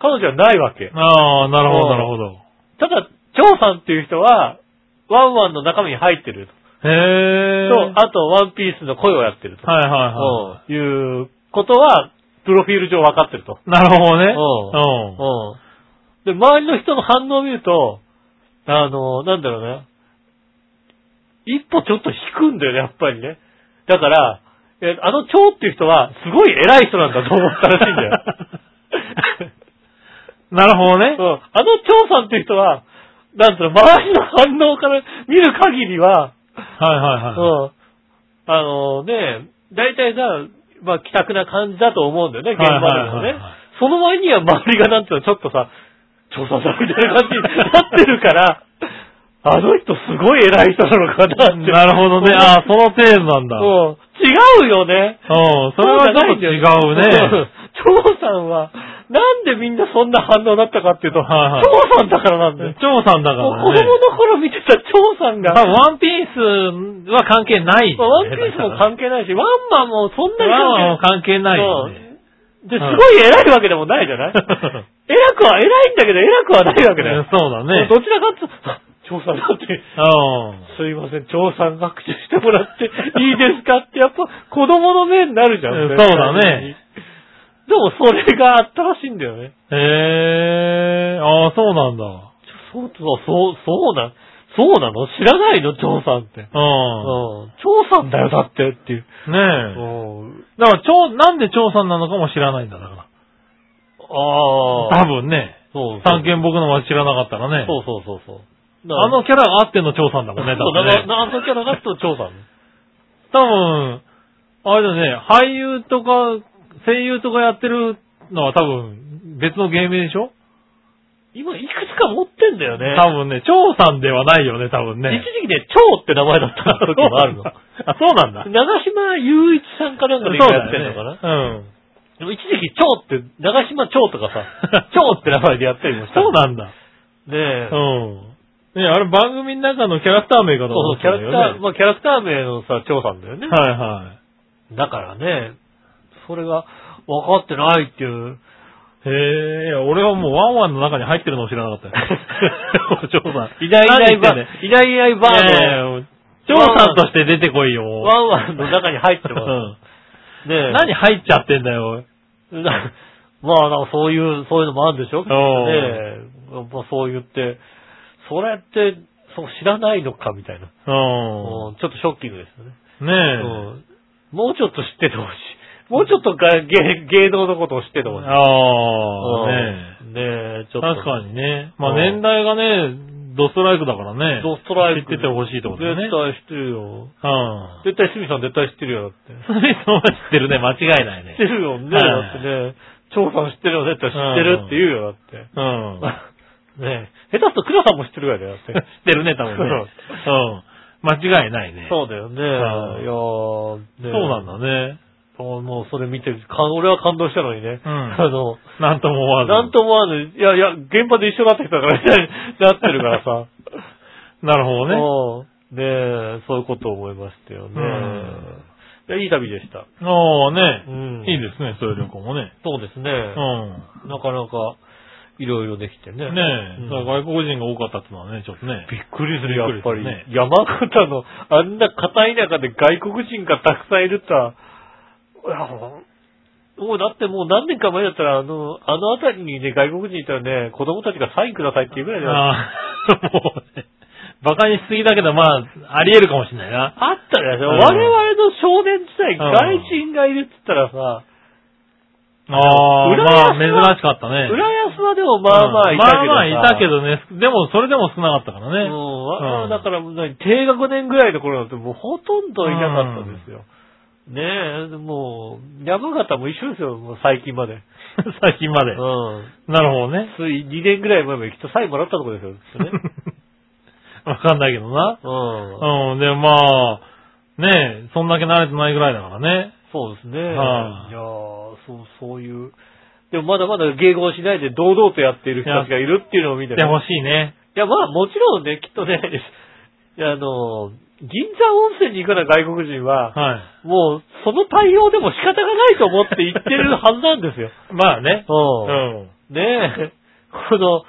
彼女はないわけ。ああ、なるほうど、んなるほど。ただ、長さんっていう人は、ワンワンの中身に入ってると。へえ。と、あと、ワンピースの声をやってると。はいはいはうんいうことは、プロフィール上分かってると。い。なるほどね。うんうん。で、周りの人の反応を見ると、あの、なんだろうね。一歩ちょっと引くんだよね、やっぱりね。だから、えあの長っていう人は、すごい偉い人なんだと思ったらしいんだよ。なるほど ねう。んあの長さんっていう人は、なんだろう、周りの反応から見る限りは、はいはいはい。うん。あのね、大体さ、まあ、気たくな感じだと思うんだよね、現場でもはいはいはいねはい。その前には周りがなんていうの、ちょっとさ、調査さんみたいな感じになってるから、あの人すごい偉い人なのかなって。なるほどね。ああ、その程度なんだ。うん。うん。違うよね。それはちょっと違うね。長さんは、なんでみんなそんな反応だったかっていうと、はいはい長さんだからなんだよ。張さんだかもうら子ね。供の頃見てた長さんが、多分ワンピースは関係ない、まあワンピースも関係ないし、ワンマンもそんなにワンマンも関関係係ないよね。うんで、すうごいん偉いわけでもないじゃない偉 くは偉いんだけど、偉くはないわけだよ。そうだね。どちらかって、調査だって、うん。すいません、調査学習してもら っていいですかって、やっぱ子供の目になるじゃん。うんそうだね。でもそれがあったらしいんだよね。へえ、ああ、そうなんだ。そう、そう、そうそうなん、そうなの知らないの調査って。うん。う調査だよ、だってっていう。ん。ねえ。うん。だから、張、なんで張さんなのかも知らないんだだかあら。あ。多分ね。そうそう。三軒僕のは知らなかったらね。そうそうそうそう。あのキャラがあっての張さんだそうもんね、だ多か分ら、ね。なあのキャラがと調査多分、あれだね、俳優とか、声優とかやってるのは多分、別の芸名でしょ今、いくつか持ってんだよね。多分ね、張さんではないよね、多分ね。一時期ね、蝶って名前だった時もあるの。あ、 そうなんだ。 長島雄一さんかなんかで今やってんのかな、そうだよ ね、でも一時期蝶って、長島蝶とかさ 蝶って名前でやったりもした。うん。 そうなんだ。ねえ。うん。ねあれ番組の中のキャラクター名かそとう思そっう、てキャたラクター、んだよね。まあキャラクター名のさ、蝶さんだよね。はいはい。だからね、それが分かってないっていう。へえ、俺はもうワンワンの中に入ってるのを知らなかっ たよ。ジョーさん。いないいないば、何言ってんだよいないいないばいやいのやジョーさんとして出てこいよ、もうワンワンの中に入ってます。 ねうえん。何入っちゃってんだよ。な まあ、なんかそういう、そういうのもあるんでしょんねえ。やっぱそう言って、それって、そう知らないのかみたいな。ううんちょっとショッキングですよね。ん。ねうんもうちょっと知っててほしい。 もうちょっとが芸芸能のことを知っててほえ。しい。ああ、ねうんねえ、ちえ。ょっと。確かにね。まあうん年代がね、ドストライクだからね。ドストライク。知っててほしいってことだよね。絶対知ってるよ。うん。 絶対、スミさん絶対知ってるよ、だって。それそうは知ってるね。間違いない知っねて。るよね、はいだってね。長さん知ってるよ、絶対知ってるって言うよ、だって。うん。ねえ。下手すと倉さんも知ってるぐらいだ 知よっ。てるね、多分ね。うん。間違いないね。 そうだよね。はいいやーねえそうなんだね。もうそれ見て、か俺は感動したのにね。うんあの、なんとも思わず。なんとも思わぬ、いやいや、現場で一緒だった人だから、みたいに なってるからさ。なるほどね。うんねえ、そういうことを思いましたよね。うんいやいい旅でした。ああうん。ね。いいですね、そういう旅行もね。そうですね。うん。なかなか、いろいろできてね。ねえ、うんだから外国人が多かったっていうのはね、ちょっとね。びっくりする、やっぱり。びっくりす山形のあんな片田舎で外国人がたくさんいるっては、いやもうだってもう何年か前だったら、あの、あの辺りにね、外国人いたらね、子供たちがサインくださいっていうぐらいだよ。あもうね、馬鹿にしすぎだけど、まあ、あり得るかもしれないな。あったでしょ、我うん々の少年時代、うん外人がいるって言ったらさ、ああ、浦まあ、安珍はしかったね。浦安はでもまあまあいたけどさ、うんまあまあいたけどね。でも、それでも少なかったからうね。ん、うんだから、何低学年ぐらいの頃だってもうほとんどいなかったんですよ。ねえ、でもう、山形も一緒ですよ、もう最近まで。 最近まで。うん。なるほどね。つい2年ぐらい前まできっとサインもらったところですよ、きっとね。 わかんないけどな。うん。うん、でもまあ、ねえ、そんだけ慣れてないぐらいだからね。そうですね。はいいやーそう、そういう。でもまだまだ迎合しないで堂々とやっている人たちがいるっていうのを見てでねほしいね。いや、まあもちろんね、きっとね、 いやあの、銀山温泉に行くような外国人は、はもうその対応でも仕方がないと思って行ってるはずなんですよ。い。まあね。う。うんねえ、この、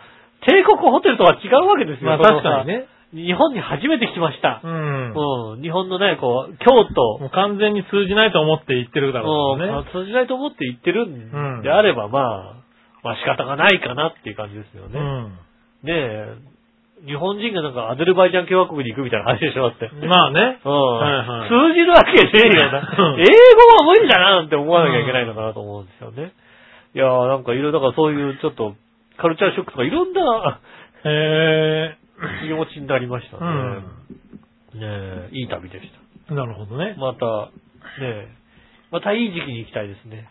帝国ホテルとは違うわけですよ。まあこの確かにね。日本に初めて来ましたう。ん。もうん。日本のね、こう、京都、う完全に通じないと思って言ってるだろううんね。通じないと思って言ってるんでうんあれば、まあ、まあ仕方がないかなっていう感じですようね。ん。ねえ、日本人がなんかアゼルバイジャン共和国に行くみたいな話でしょだって。まあね。うん、はいはい通じるわけねえよなう。ん英語は無理だななんて思わなきゃいけないのかなと思うんですよね。いやーなんかいろいろ、だからそういうちょっと、カルチャーショックとかいろんな へえ。気持ちになりましたうね。ん。ねえ、いい旅でした。なるほどね。また、ねえ、またいい時期に行きたいですね。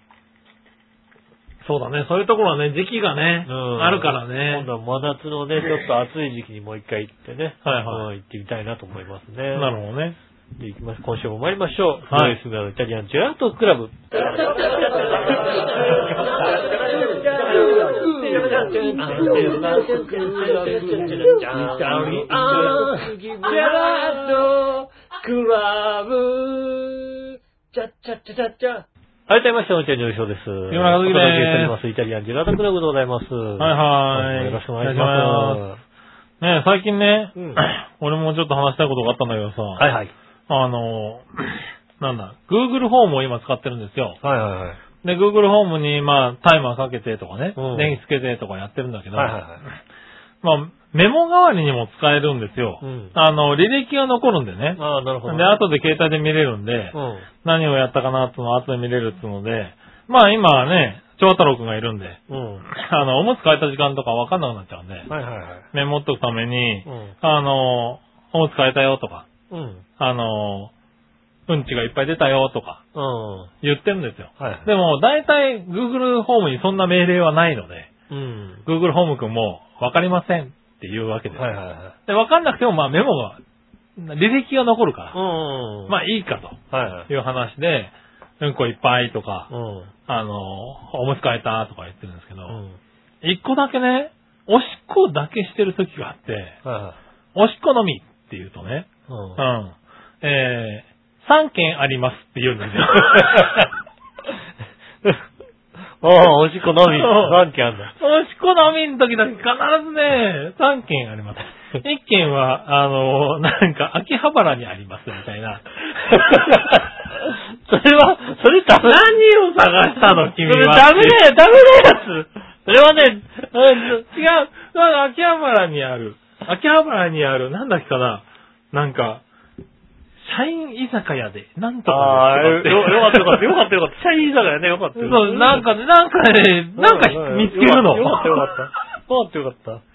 そうだね。そういうところはね、時期がね、うんあるから今ね。度は真夏のね、ちょっと暑い時期にもう一回行ってね。はいはうん行ってみたいなと思いますね。なるほどね。で、行きます。今週も参りましょう。は古いいスナのイタリアンジェラートクラブ。改めまして、お茶上昇です。木村和樹お届けしてですおります。イタリアンジェラートクラブでございます。はいはい。よろしくお願いしまねえ、最近ね、うん俺もちょっと話したいことがあったんだけどさ、す。はいはい。あの、なんだ、Google ホームを今使ってるんですよ。はいはいはい。で、Google ホームに、まあ、タイマーかけてとかね、うん電気つけてとかやってるんだけど、はいはいはい。まあ、メモ代わりにも使えるんですよ。うんあの、履歴が残るんでね。ああ、なるほど。で、後で携帯で見れるんで、うん。何をやったかなっていうのを後で見れるっていうので、まあ今はね、長太郎くんがいるんで、うん。あの、おむつ変えた時間とかわかんなくなっちゃうんで、はいはいはい。メモっとくためにう、ん。あの、おむつ変えたよとか、うん。あの、うんちがいっぱい出たよとかうん。は言ってるんですよ。いはい。でも、大体 Google ホームにそんな命令はないので、うん。 Google ホームくんもわかりませんっていうわけです。はいはいはい。で、わかんなくても、まあメモが、履歴が残るから、うん。まあいいかとあ、はいはい。いう話で、うんこいっぱいとか、うん。あの、おむつ変えたとか言ってるんですけど、うん。一個だけね、おしっこだけしてる時があって、はいはい。おしっこのみって言うとね、う。うんん、えー、3件ありますって言うんで すよ。ああ、おしっこのみ。うん何件あんだ。おしっこのみの時だけ必ずね、3件あり ます。1件は、あの、なんか、秋葉原にありますみたいな。 それは、それダメ。何を探したの君は。それダメだよ、ダメなやつ。それはね、うん違う、なんか秋葉原にある、秋葉原にある、なんだっけかな、なんか、社員居酒屋で、なんとあかあ、よで すよかったよかった、よかったよよかった。社員居酒屋ね、よかったよ。そう、なんかね、なんかね、なんかうん見つけるの。よかったよかった。よかったよかった。た。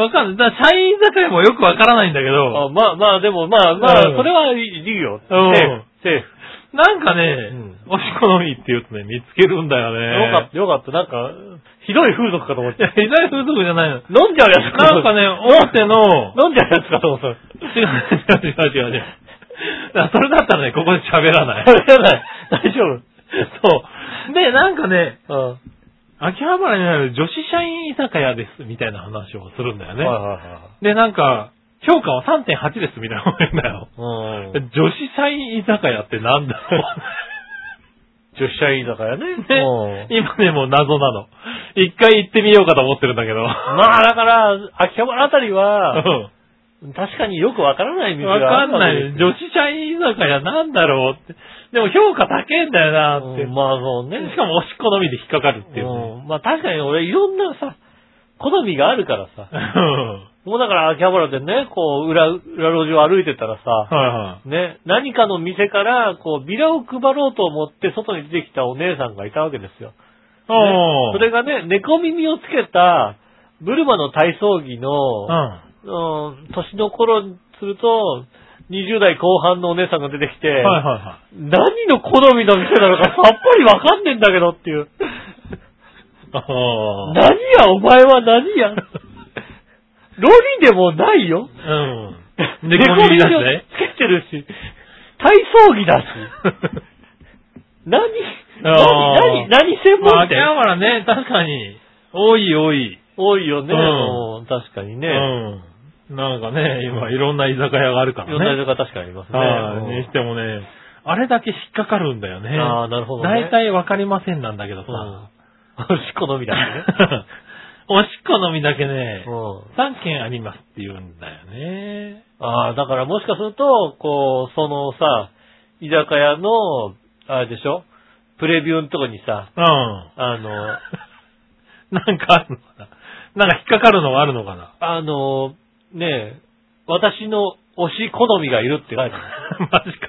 わかんない。だから社員居酒屋もよくわからないんだけど、あまあまあ、でもまあまあ、うんそれはいいよ。セうんーフ、セーフ。なんかね、うんおしこのみって言うとね、見つけるんだよね。よかった、よかった。なんか、ひどい風俗かと思っいや、た。ひどい風俗じゃないの。 飲んじゃうやつなんかね、大手の、 飲んじゃうやつかと思った。違う違う違う違う違う。だからそれだったらね、ここで喋らない。喋らない。大丈そう。で、なんかね、夫。うん。秋葉原にある女子社員居酒屋です、みたいな話をするんだよはいね。はいはい。で、なんか、評価は3.8です、みたいなこと言うんだよ。うん女子社員居酒屋ってなんだろ女子社員だからね。うね。 今でも謎なの。一回行ってみようかと思ってるんだけど。うんまあだから、秋葉原あたり は、うん確かによくわからない店がわかんない。女女子社員居酒屋なんだろうって。でも評価高いんだよなって。まあそうね。しかもおしっこのみで引っかかるっていうね、うんまあ確かに俺いろんなさ、好みがあるからさ。うんもうだから秋葉原でね、こう、裏、裏路地を歩いてたら さ、 はね、何かの店から、こう、ビラを配ろうと思って外に出てきたお姉さんがいたわけですよ。いはい。それがね、猫耳をつけた、ブルマの体操着の、うん。うん年の頃にすると、20代後半のお姉さんが出てきて、はいはいは何の好みの店なのかさ っぱりわかんねえんだけどって いう。い。あ何や、お前は何や。ロリでもないよ。あ。うん。猫耳だし猫耳をね。つけてるし、体操着だ し。何あー何何何専まあ、門秋店、葉原ね、確かに、多い多い。多いよね、うんうん確かにね。うん。なんかね、今いろんな居酒屋があるかいろんならね。色が確かにありますね。はい。にしてもね、あれだけ引っかかるんだよね。ああ、なるほどね。大体わかりませんなんだけどうさ。ん。おしっこのみだね。 おしっこのみだけねう、ん。 3件ありますって言うんだよね。ああ、だからもしかすると、こう、そのさ、居酒屋の、あれでしょプレビューのとこにさ、うん。あ の、なんかあるのかななんか引っかかるのがあるのかな あの、ねえ、私の推し好みがいるって書いて ある。マジか。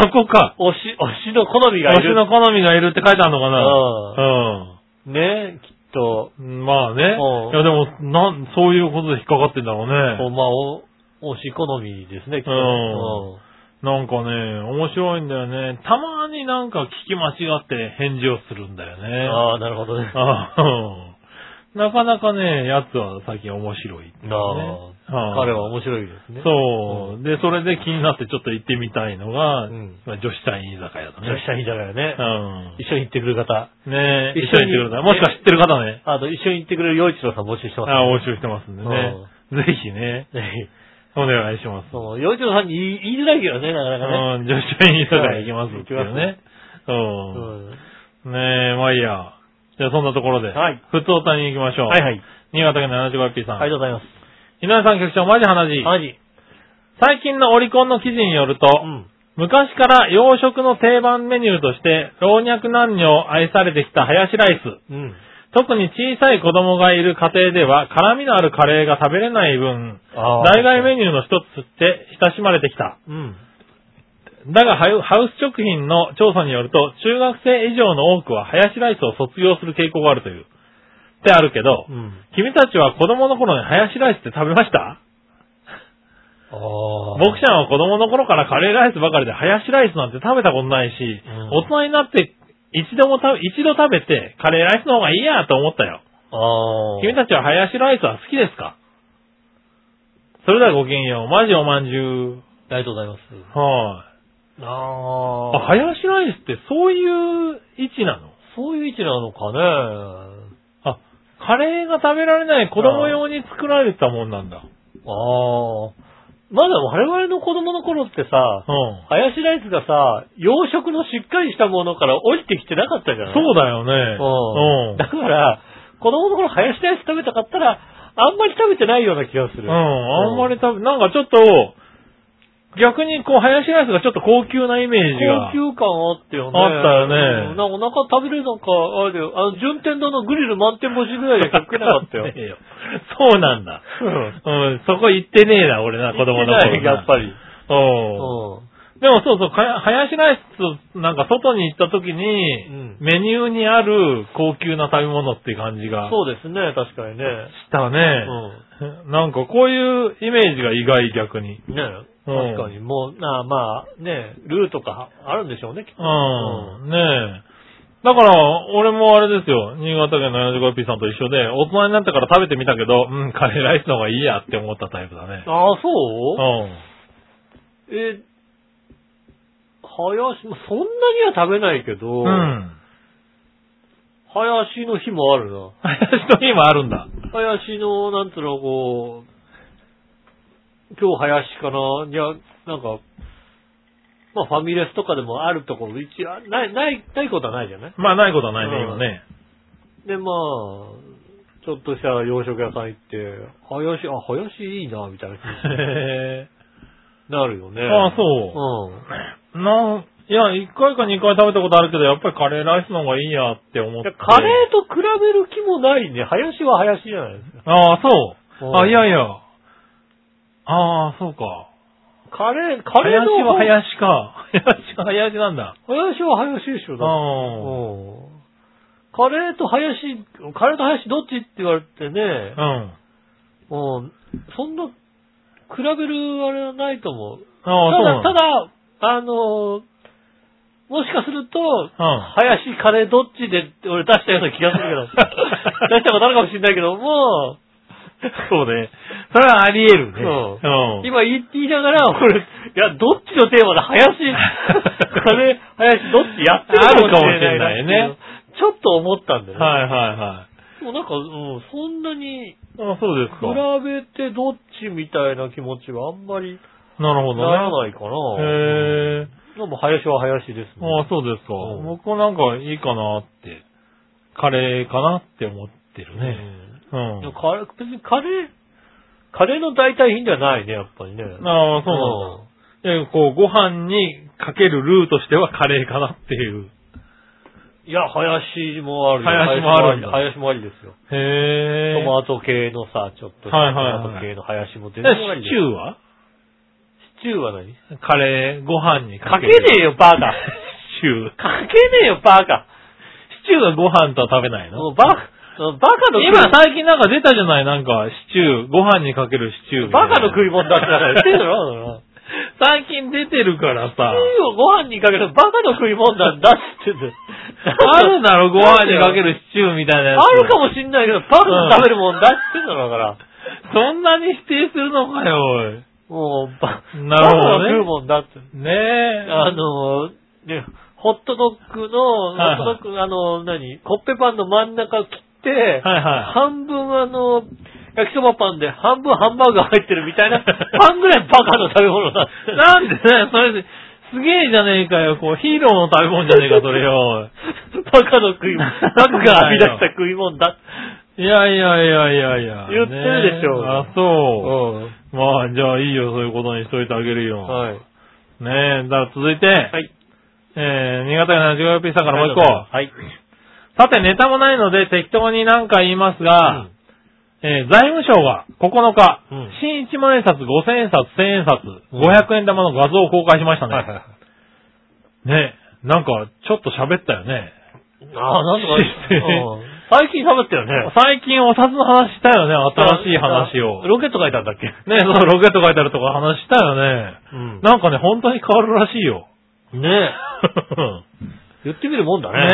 そこか。推し、推しの好みがい私る。の好みがいるって書いてあるのかなねえ、きっと、うん。まあね。いうんやでも、なん、そういうことで引っかかってんだろうこうね。まあ、お推し好みですね、きっと。うんなんかね、面白いんだよね。たまになんか聞き間違って返事をするんだようんね。ああ、なるほどね。あーなかなかね、やつは最近面白い、ね。なあ、彼は面白いですね。そう、うで、それで気になってちょっと行ってみたいのが、うんまあ女子隊員居酒屋だね。女子社員だからね。うん。一緒に行ってくる方。ねえ、一緒一緒にに行ってください。もしか知ってる方ね。あと、一緒に行ってくれる洋一郎さん募集してます、ああ、募集してますんでね。ぜひね。ね、ぜひお願いします。そう、洋一郎さんに言い言いづらいけどね、なかなうかんね。、女子隊員居酒屋行きますっていうね。う。うんねえ、まあいいや。じゃあそんなところで、はい。普通歌に行きましょう。はいはい。新潟県 75P さん。ありがとうございます。井上さん局長、マジ話。マジ。最近のオリコンの記事によると、うん。昔から洋食の定番メニューとして老若男女愛されてきたハヤシライス。うん。特に小さい子供がいる家庭では辛味のあるカレーが食べれない分、あ代替メニニューの一つって親しまれてきた。ュー。うん。だがハウハウス食品の調査によると、中学生以上の多くはハヤシライスを卒業する傾向があるという。ってあるけど、うん。君たちは子供の頃にハヤシライスって食べましたああ。僕ちゃんは子供の頃からカレーライスばかりで、ハヤシライスなんて食べたことないし、ん大人になって一度も食べ、一度食べて、カレーライスの方がいいやと思ったよ。ああ。君たちはハヤシライスは好きですかそれではごきげんよう。マジおまんじゅう。ありがとうございます。はい、ああ。あ。ハヤシライスってそういう位置なのそういう位置なのかね。あ、カレーが食べられない子供用に作られてたもんなんだ。ああ。まだ我々の子供の頃ってさ、うん。ハヤシライスがさ、洋食のしっかりしたものから降りてきてなかったじゃないそうだよね。うんだから、子供の頃ハヤシライス食べたかったら、あんまり食べてないような気がする。うん、あんまり食べ、なんかちょっと、逆にこう、ハヤシライスがちょっと高級なイメージが。高級感あったよね。あったよねうんなんかお腹食べれるのか、あれだよ。あの、順天堂のグリル満点星ぐらいで食えなかったよ。ねえよ そうなんだ。うん、そこ行ってねえな、俺な、子供の頃行ってないやっぱり。おうでもそうそう、かやハヤシライスとなんか外に行った時に、うんメニューにある高級な食べ物っていう感じがん。そうですね、確かにね。したね。 なんかこういうイメージが意外逆に。うん。ね確かに、もう、なまあ、ねルーとかあるんでしょうね、きっと。うん、ねえ。だから、俺もあれですよ。新潟県の 75P さんと一緒で、大人になってから食べてみたけど、うん、カレーライスの方がいいやって思ったタイプだね。ああ、う。そうんえ、ハヤシ、そんなには食べないけど、うん。ハヤシの日もあるな。ハヤシの日もあるんだ。ハヤシの、なんつうの、こう、今日ハヤシかな、いや、なんか、まあファミレスとかでもあるところ、一応、ない、ない、ないことはないじゃないまあ、ないことはないね、うん今ね。で、まあ、ちょっとした洋食屋さん行って、ハヤシ、あ、ハヤシいいな、 みたいな気にへなるよね。。え。ああ、そうう。なん、いや、一回か二回食べたことあるけど、やっぱりカレーライスの方がいいやって思っいてや。カレーと比べる気もないね。林は林じゃないですか。ああ、そう。うあ、んいやいや。ああ、そうか。カレー、カカレレーーの林方は林か。林は林なんだ。林は林でしょ、だってううんカレーと林、カレーと林どっちって言われてね、ん。うん。うん、そんな、比べるあれはないと思う。ああ、そうなんただ、ただ、あのーもしかすると、うん。林、カレーどっちでって俺出したような気がする けど、出したことあるかもしれないけども、そうね。それはあり得るね。ううん。今言っていながら、俺、いや、どっちのテーマで林、カレー、林、どっちやってるあるかもしれないね。ちょっと思ったんだよね。はいはいはでもなんか、うん、そんなに、い。あそうです比か。べてどっちみたいな気持ちはあんまりなるほならどね。ないかな。へえ。でも、林は林ですね。ああ、そうですかうん。僕はなんかいいかなって。カレーかなって思ってるね。ううんでもん。カレー、別にカレー、カレーの代替品ではないね、やっぱりね。ああ、そうなんだ。いや、こう、ご飯にかけるルーとしてはカレーかなっていう。いや、林もあるよ林もあるんだ林もありですよ。へトえ。マト系のさ、ちょっと、トはいはいはいマト系の林も全え然ありシだチュよ。ーはシチューは何カレー、ご飯にか かけける。ねえよ、バカ。シチュー。かけねえよ、バカ。シチューはご飯とは食べないのもうバカ、そのバカの今最近なんか出たじゃないなんか、シチュー、ご飯にかけるシチューみたいな。バカの食い物だってなんか言ってるだろ。 最近出てるから さ。いいよ、ご飯にかけるバカの食い物なんだって言ってんだよあるだろ、ご飯にかけるシチューみたいなやつ。あるかもしんないけど、バカの食べるもんだって言ってんだろ、だから。そんなに否定するのかよ、おい。もう、バなるほどねバカの食うもんだって。ねえ。あのー、ね、ホットドッグの、ホはいはいットドッグ、あのー、何コッペパンの真ん中切って、はいは半分あの、焼きそばパンで半分ハンバーグ入ってるみた いな、パンぐらいバカの食べ物 だってい。。なんでね、それで、すげえじゃねえかよ、こう、ヒーローの食べ物じゃねえか、それよ。バカの食い物、バカが編み出した食い物だ。いやいやいやいやいや。言ってるでしょねえあ、そうう。まあ、じゃあいいよ、そういうことにしといてあげるよ。ん。はい。ねえ、だから続いて、はい。えー、新潟県の 75P さんからもう一個。はい。さて、ネタもないので適当に何か言いますあが、えー財務省が9日、うん新1万円札、5000円札、1000円札、うん500円玉の画像を公開しましたね。はいはいはね、なんか、ちょっと喋ったよね。あー、なんとか うん最近喋ったよね。最近お札の話したよね、新しい話を。ロケット書いたんだっけね、そのロケット書いてあるとか話したよね。うんなんかね、本当に変わるらしいよ。 ね言ってみるもんだね。ね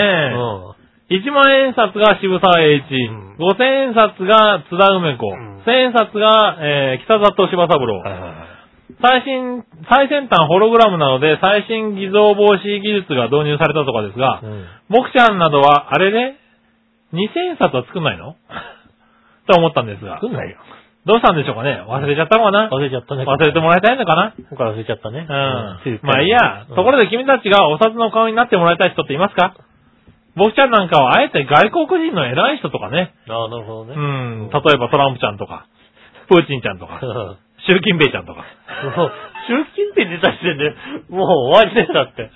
え1万円札が渋沢栄一、ん5000円札が津田梅子、うん1000円札が、えー北里柴三郎、うん。はいはいはい最新、最先端ホログラムなので最新偽造防止技術が導入されたとかですが、モクちゃんなどは、あれね、2000円札は作んないの と思ったんですが、作んないよ。どうしたんでしょうかね忘れちゃったのかな忘れちゃったね。忘れてもらいたいのかな今回忘れちゃったね。うん。まあいいや、とこで。ろで君たちがお札の顔になってもらいたい人っていますか僕ちゃんなんかはあえて外国人の偉い人とかね。ああ、なるほどうね。ん。例えばトランプちゃんとか、プーチンちゃんとかう、ん習近平ちゃんとか。もう、習近平出た時点で、もう終わりですだって。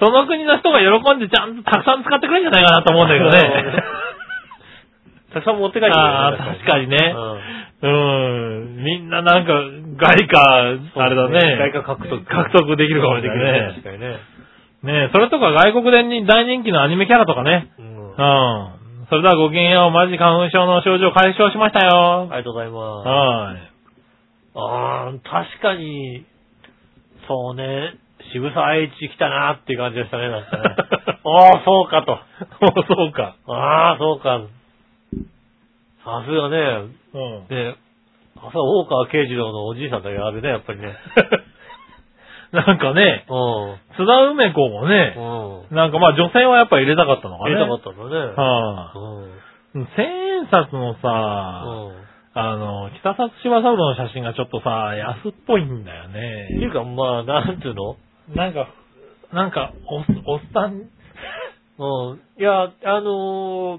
その国の人が喜んでちゃんとたくさん使ってくれるんじゃないかなと思うんだけどね。 たくさん持って帰ってくるああ、確かにね。うん。みんななんか、外貨、あれだね。外貨獲得。獲得できるかもしれない確かにね。ねえ、それとか外国でに大人気のアニメキャラとかね。うんあうん。それではごきげんよう、マジ花粉症の症状解消しましたよ。りがとうございます。はい。ああ、確かに、そう ね、渋沢栄一来たなっていう感じでしたね、なんかね。 ああ、そうかと。そうか。ああ、そうか。さすがね、うん。ね、さすが大川慶次郎のおじいさんだけどあるね、やっぱ りね。なんかね、うん。津田梅子もね、うん。なんかまあ女性はやっぱり入れたかったのか入ね。れたかったんだね。はい千円札のさ、うん。うん。あの、北札柴三郎の写真がちょっとさ、安っぽいんだよねって。いうか、まあ、なんつうのなんか、なんか、おっ、おっさん、うん。いや、あのー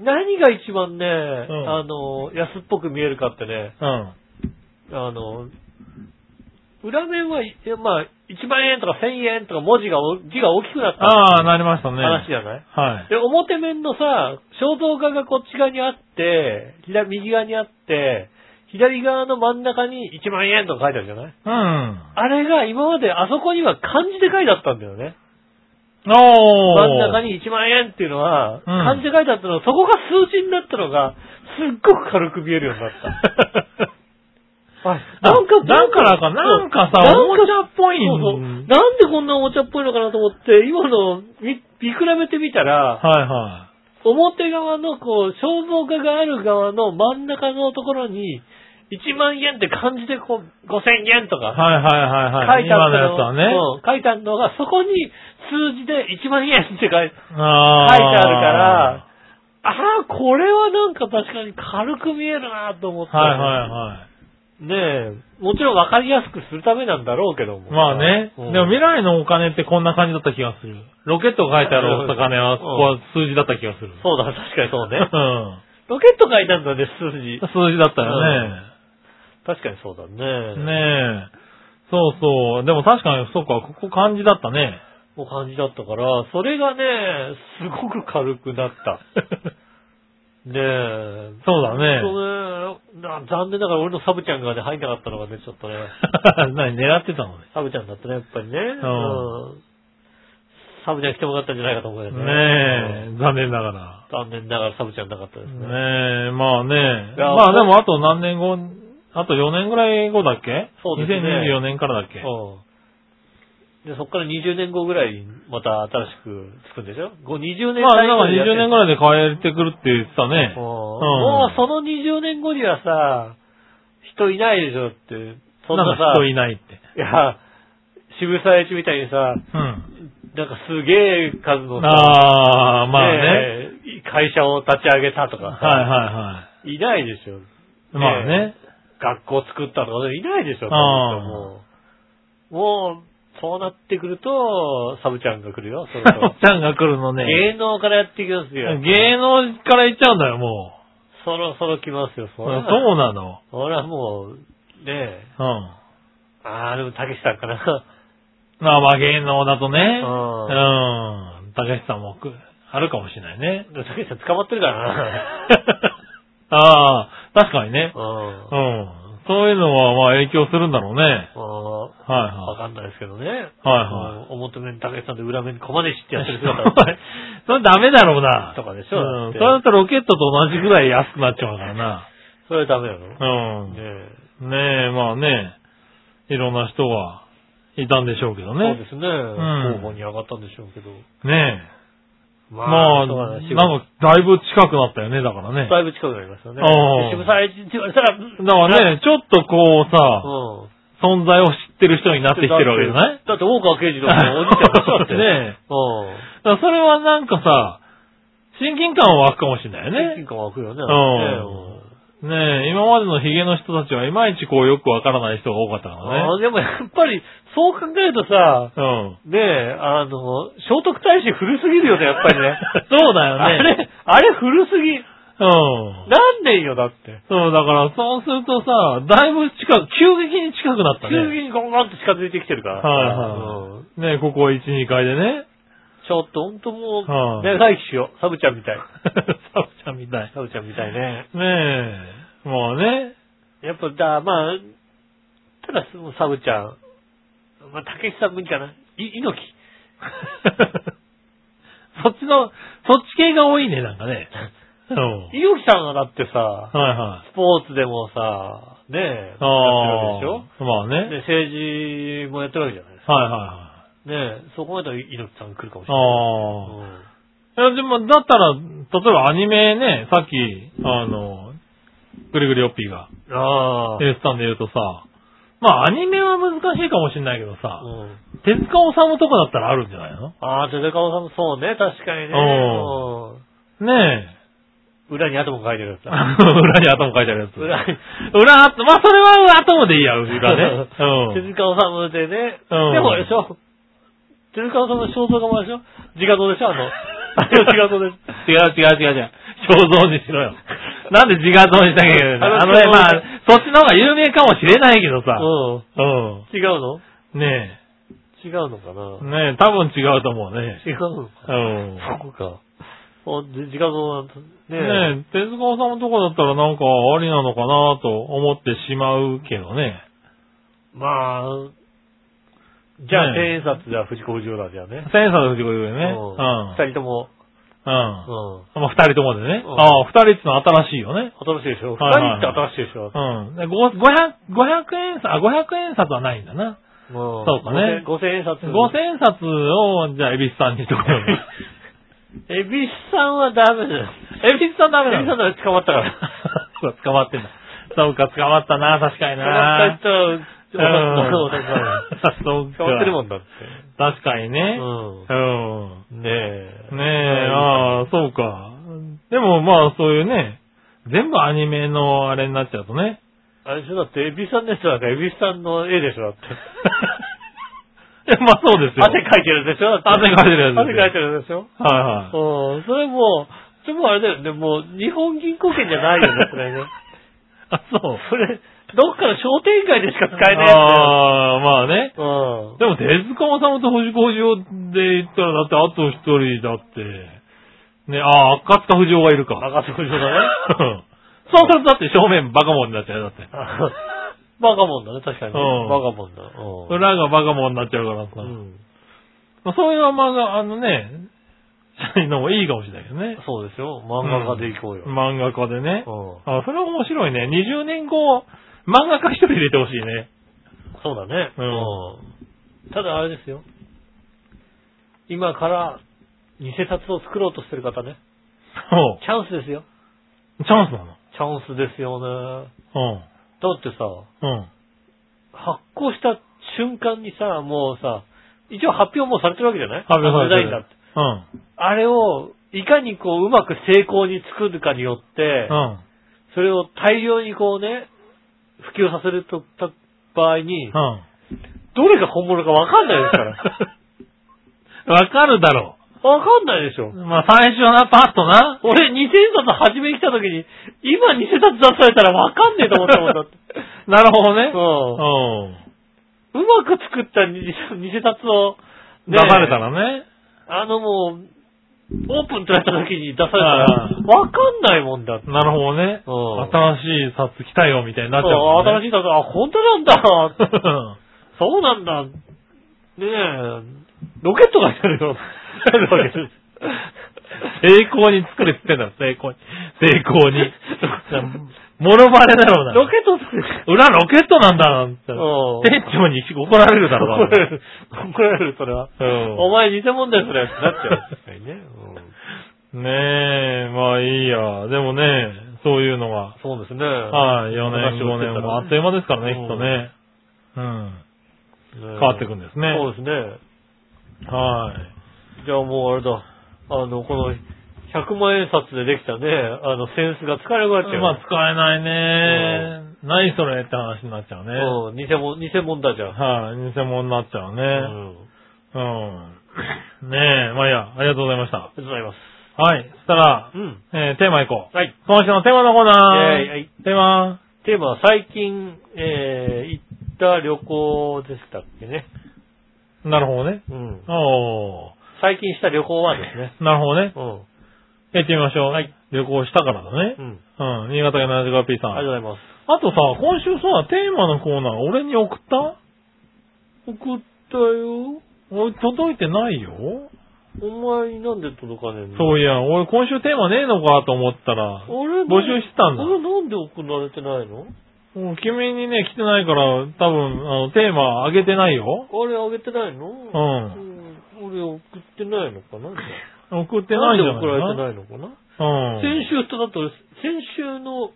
何が一番ね、んあのー安っぽく見えるかってね、うん。あのー裏面はい、いやまあ、1万円とか1000円とか文字がお、字が大きくなったああ、なりましたね。話じゃない、はい。で、表面のさ、肖像画がこっち側にあって、左右側にあって、左側の真ん中に1万円とか書いてあるじゃないうん。あれが今まであそこには漢字で書いてあったんだよね。おー。真ん中。に1万円っていうのは、漢字で書いてあったのは、そこが数字になったのが、すっごく軽く見えるようになった。ああだからかなんかさそうおもちゃっぽいそうそうなんでこんなおもちゃっぽいのかなと思って、今の見見比べてみたら、はいは表側のこう、肖像画がある側の真ん中のところに、1万円って漢字でこう、5000円とい。かはいはい書はいはい。いてあ今ったのやつのはね。うん書いてあるのが、そこに数字で1万円って書いてあるあー書いてあるから、ああ、これはなんか確かに軽く見えるなと思って。はいはいはい。ねえ、もちろんわかりやすくするためなんだろうけども。まあね。でうんも未来のお金ってこんな感じだった気がする。ロケットが書いてあるお金うは、んここは数字だった気がする。そうだ、確かにそうね。 うん。ロケット書いてあるんだね、数字。数字だったよ確かにそうだね。ね。ねえ。そうそう。でも確かに、そっか、ここ漢字だったね。もう感じだったから、それがね、すごく軽くな った。ねえ。そうだねほんとねな残念ながら俺のサブちゃんがね、入んなかったのがね、ちょっ とね。何、狙ってたのね。サブちゃんだったね、やっぱりね。んうんサブちゃん来てもよかったんじゃないかと思うよね。ねえ、残念ながら。残念ながらサブちゃんなかったですね。ねえ、まあね。いやまあでもあと何年後、あと4年ぐらい後だっけそうですね2024年からだっけうんで、そっから20年後ぐらいにまた新しく作るんでしょご ?20 年まあなんかにやって20年ぐらいで変えてくるって言ってたね。うんんもうその20年後にはさ、人いないでしょだって。そんななんさか、人いないって。いや、渋沢栄一みたいにさ、うん。なんかすげえ数のさ、ああ、まあね。え会社を立ち上げたとかさ、、はいはいはいないでしょ。い。まあね。学校作ったとか、いないでしょ、あーもう。もう、そうなってくると、サブちゃんが来るよ、そろサそろブちゃんが来る のね。芸能からやってきますよ。芸能から行っちゃうんだよ、もそろそろ来ますよ、う。そそうら。なの。ほら、もう、ねえ。うん。あー、でも、たけしさんかな。まあまあ芸能だとね。うんうん。高橋さんもくあるかもしれないね。 でもたけしさん捕まってるからああ、確かにね。な。うんう。ん。そういうのはまあ影響するんだろうね。はいあーわはかんないですけどね。はいはい表面にたけしさんで裏面に小金井ってい。やってる姿とかねそれダメだろうな。とかでしょうん。だっ そてれだとロケットと同じぐらい安くなっちゃうからな。それはダメなのねうん。ねえ。え、まあね、いろんな人がいたんでしょうけそどうね。ですね。ん候補に上がったんでしょうけど。ねえ。ままあ、そうだねなんか、だいぶ近くなったよね、だからね。だいぶ近くなりますよね。うん渋沢栄一って言われたら、だだからね、ちょっとこうさ、うん。存在を知ってる人になってきてるわけじゃないだって、大川慶次郎のおじいちゃんでしょだって。ねえうん。だからそれはなんかさ、親近感は湧くかもしれないよ親近 ね。感湧くよね。んねえ、今までのヒゲの人たちはいまいちこうよくわからない人が多かったかねあらーでもやっぱり、そう考えるとさ、ね。。ねえ、あの、聖徳太子古すぎるよね、やっぱりね そうだよねあれ、あれ古すぎ。うん。うん。何年よ、だって。そう、だからそうするとさ、だいぶ近く、急激に近くなったね。急激にゴンゴンって近づいてきてるから。はいうんはい。ねえここ1、2階でね。ちょっと、ほんともはう、い長生きしよう。サブちゃんみたい。 サブちゃんみたい。サブちゃんみたいね。ねえ、まあね。 やっぱ、だ、まあ、ただ、そのサブちゃん。まあ、たけしさん無理かな。い、 猪木。そっちの、そっち系が多いね、なんかね。うん。猪木さんはだってさ、はいはい。スポーツでもさ、ねえ、やってるわけでしょああ、まあね。はいで、政治もやってるわけじゃないですか。はいはねえ、そこまで猪木さん来るかもしい。れない。ああ。うんいや、でも、だったら、例えばアニメね、さっき、あの、ぐりぐりおっぴーがああ。言ってたんで言うとさ、まあアニメは難しいかもしれないけどさ、うん手塚治虫とかだったらあるんじゃないのああ、手塚治虫、そうね、確かにね。ううんねえ。裏にアトム書いてるやつ だ。裏に頭書いてあるやつ。裏に、裏あと、まあ、それは頭でいいや、裏 ね。う手ん。塚治虫でね、うんでもあれでしょ手塚治虫の肖像画もあれでしょ 自画像でしょあの、あれは自画像です。違う違う違う違う。肖像にしろよ。なんで自画像にしたけど、ああののね、そうまあ、そっちの方が有名かもしれないけどさ。うん。うん。違うのね違うのかえ。なねえ、多分違うと思うね。違うのかうな、ん。そうか。あ、で時間のなんとねねえ、手塚さんのとこだったらなんかありなのかなと思ってしまうけどね。まあ、じゃあ、ね千円札じゃ藤子不二雄だじゃあね。千円札の事故でうね。うん二ん。人とも、うん。うん。まあ、二人ともでね。うんああ、二人ってのは新しいよね。新しいでしょ二はいはい人って新しいでしょうん。で、ご500、500円札、あ、500円札はないんだな。そそうかね五千円札。 5000円札を、じゃあ、エビスさんにしとこうよ。 エビスさんはダメだよ。エビスさんダメエなビスさんのなら捕まったから。 そう、捕まってんだ。そうか、捕まったな、確かに捕まなっ。た人は、お宅だよ そうか。捕まってるもんだって。確かにね。ううん。ん。ねえ。ねえ、ああ、そうか。でもまあそういうね、全部アニメのあれになっちゃうと ね。あれでしょだって、エビさんのやつなんかエビさんの絵でしょだっ て。いやまあそうですよ。汗かいてるでしょだって汗かいてるやつ汗かいてるでしょはいはい。うん。それもう、それもうあれだよね。もう、日本銀行券じゃないよね、そ れね。あ、そう。それ、どっかの商店街でしか使えないやつだよ。ああ、まあね。うん。でも手塚治虫と星子夫人で言ったら、だってあと一人だって、ね、ああ、赤塚不二夫がいるか。バカ少女だね。 うん そうするとだって正面バカモンになっちゃうよ、だって。バカモンだね、確かにね。うんバカモンだ。うん。裏がバカモンになっちゃうからさ。うん。まあそういう漫画、あのね、のもいいかもしれないけどね。そうですよ。漫画家でいこうよ。漫画家でね。うん。あ、それは面白いね。20年後、漫画家一人入れてほしいね。そうだね。ううん。ただあれですよ。今から偽札を作ろうとしてる方ね。そチャンスですよ。う。チャンスなの。チャンスですよね。うん。だってさ、うん。発行した瞬間にさ、もうさ、一応発表もうされてるわけじゃない発表されデザてインだるって。うん。あれを、いかにこう、うまく成功に作るかによって、うん。それを大量にこうね、普及させるとった場合に、うん。どれが本物かわかんないです から。わかるだろわかんないでしょう。。まあ、最初な、パッとな。俺、2000冊初めに来た時に、今2000冊出されたらわかんねえと思ったもんだ って。なるほどね。う。うんうまく作った偽偽札を、ん。出されたらね。あのもう、オープンとやった時に出されたら、うんわかんないもんだって。なるほどね。うん新しい札来たよ、みたいになっちゃうもんね。新しい札、あ、本当なんだ。 うんそうなんだ。ねえ、ロケットがやる よ。やるわけです。 成功に作れって言ってんだろ、成功に。成功に。もろバレだろうな。ロケット作る。裏ロケットなんだなんて。うん店長に怒られるだろう怒ら れる、怒られる、それは。うんお前偽物だよ、それ。だって。確かにね。な。ねえ、まあいいや。でもね、そういうのが。そうですね。はい、4年、話を5してたら年もあっという間ですからね、うきんっとね。うん。変変わってくんですねそうですね。はい。じゃあもうあれだ。あの、この、100万円札でできたね、あの、センスが使えなくなっちゃうよ。まあ使えないね。何それって話になっちゃうね。うん、偽物、偽物だじゃん。はい、偽物になっちゃううね。ん。うん。ねえ、まあいいや、ありがとうございましたあ。りがとうございます。はい、そしたら、うん。えー、テーマいこう。はい。今週のテーマのコーナー。イェーイはいテーマ、テーマは最近、えー、行った旅行でしたっけね。なるほどね。うん。お最近した旅行はですね。ー。なるほどね。うん。やってみましょう。はい。旅行したからだねう。ん。うん。新潟県 75P さん。ありがとうございます。あとさ、今週さ、テーマのコーナー、俺に送った送ったよ。俺、届いてないよ。お前になんで届かねえんだそういや、俺今週テーマねえのかと思ったら、俺募集してたんだ俺なんで送られてないのもう君にね、来てないから、多分、あの、テーマあげてないよ。あれあげてないのう。うんん。俺送ってないのかなじゃ送っあてないんじゃなで送なんいかられてなないのかなうん。先週とだって俺、先週の、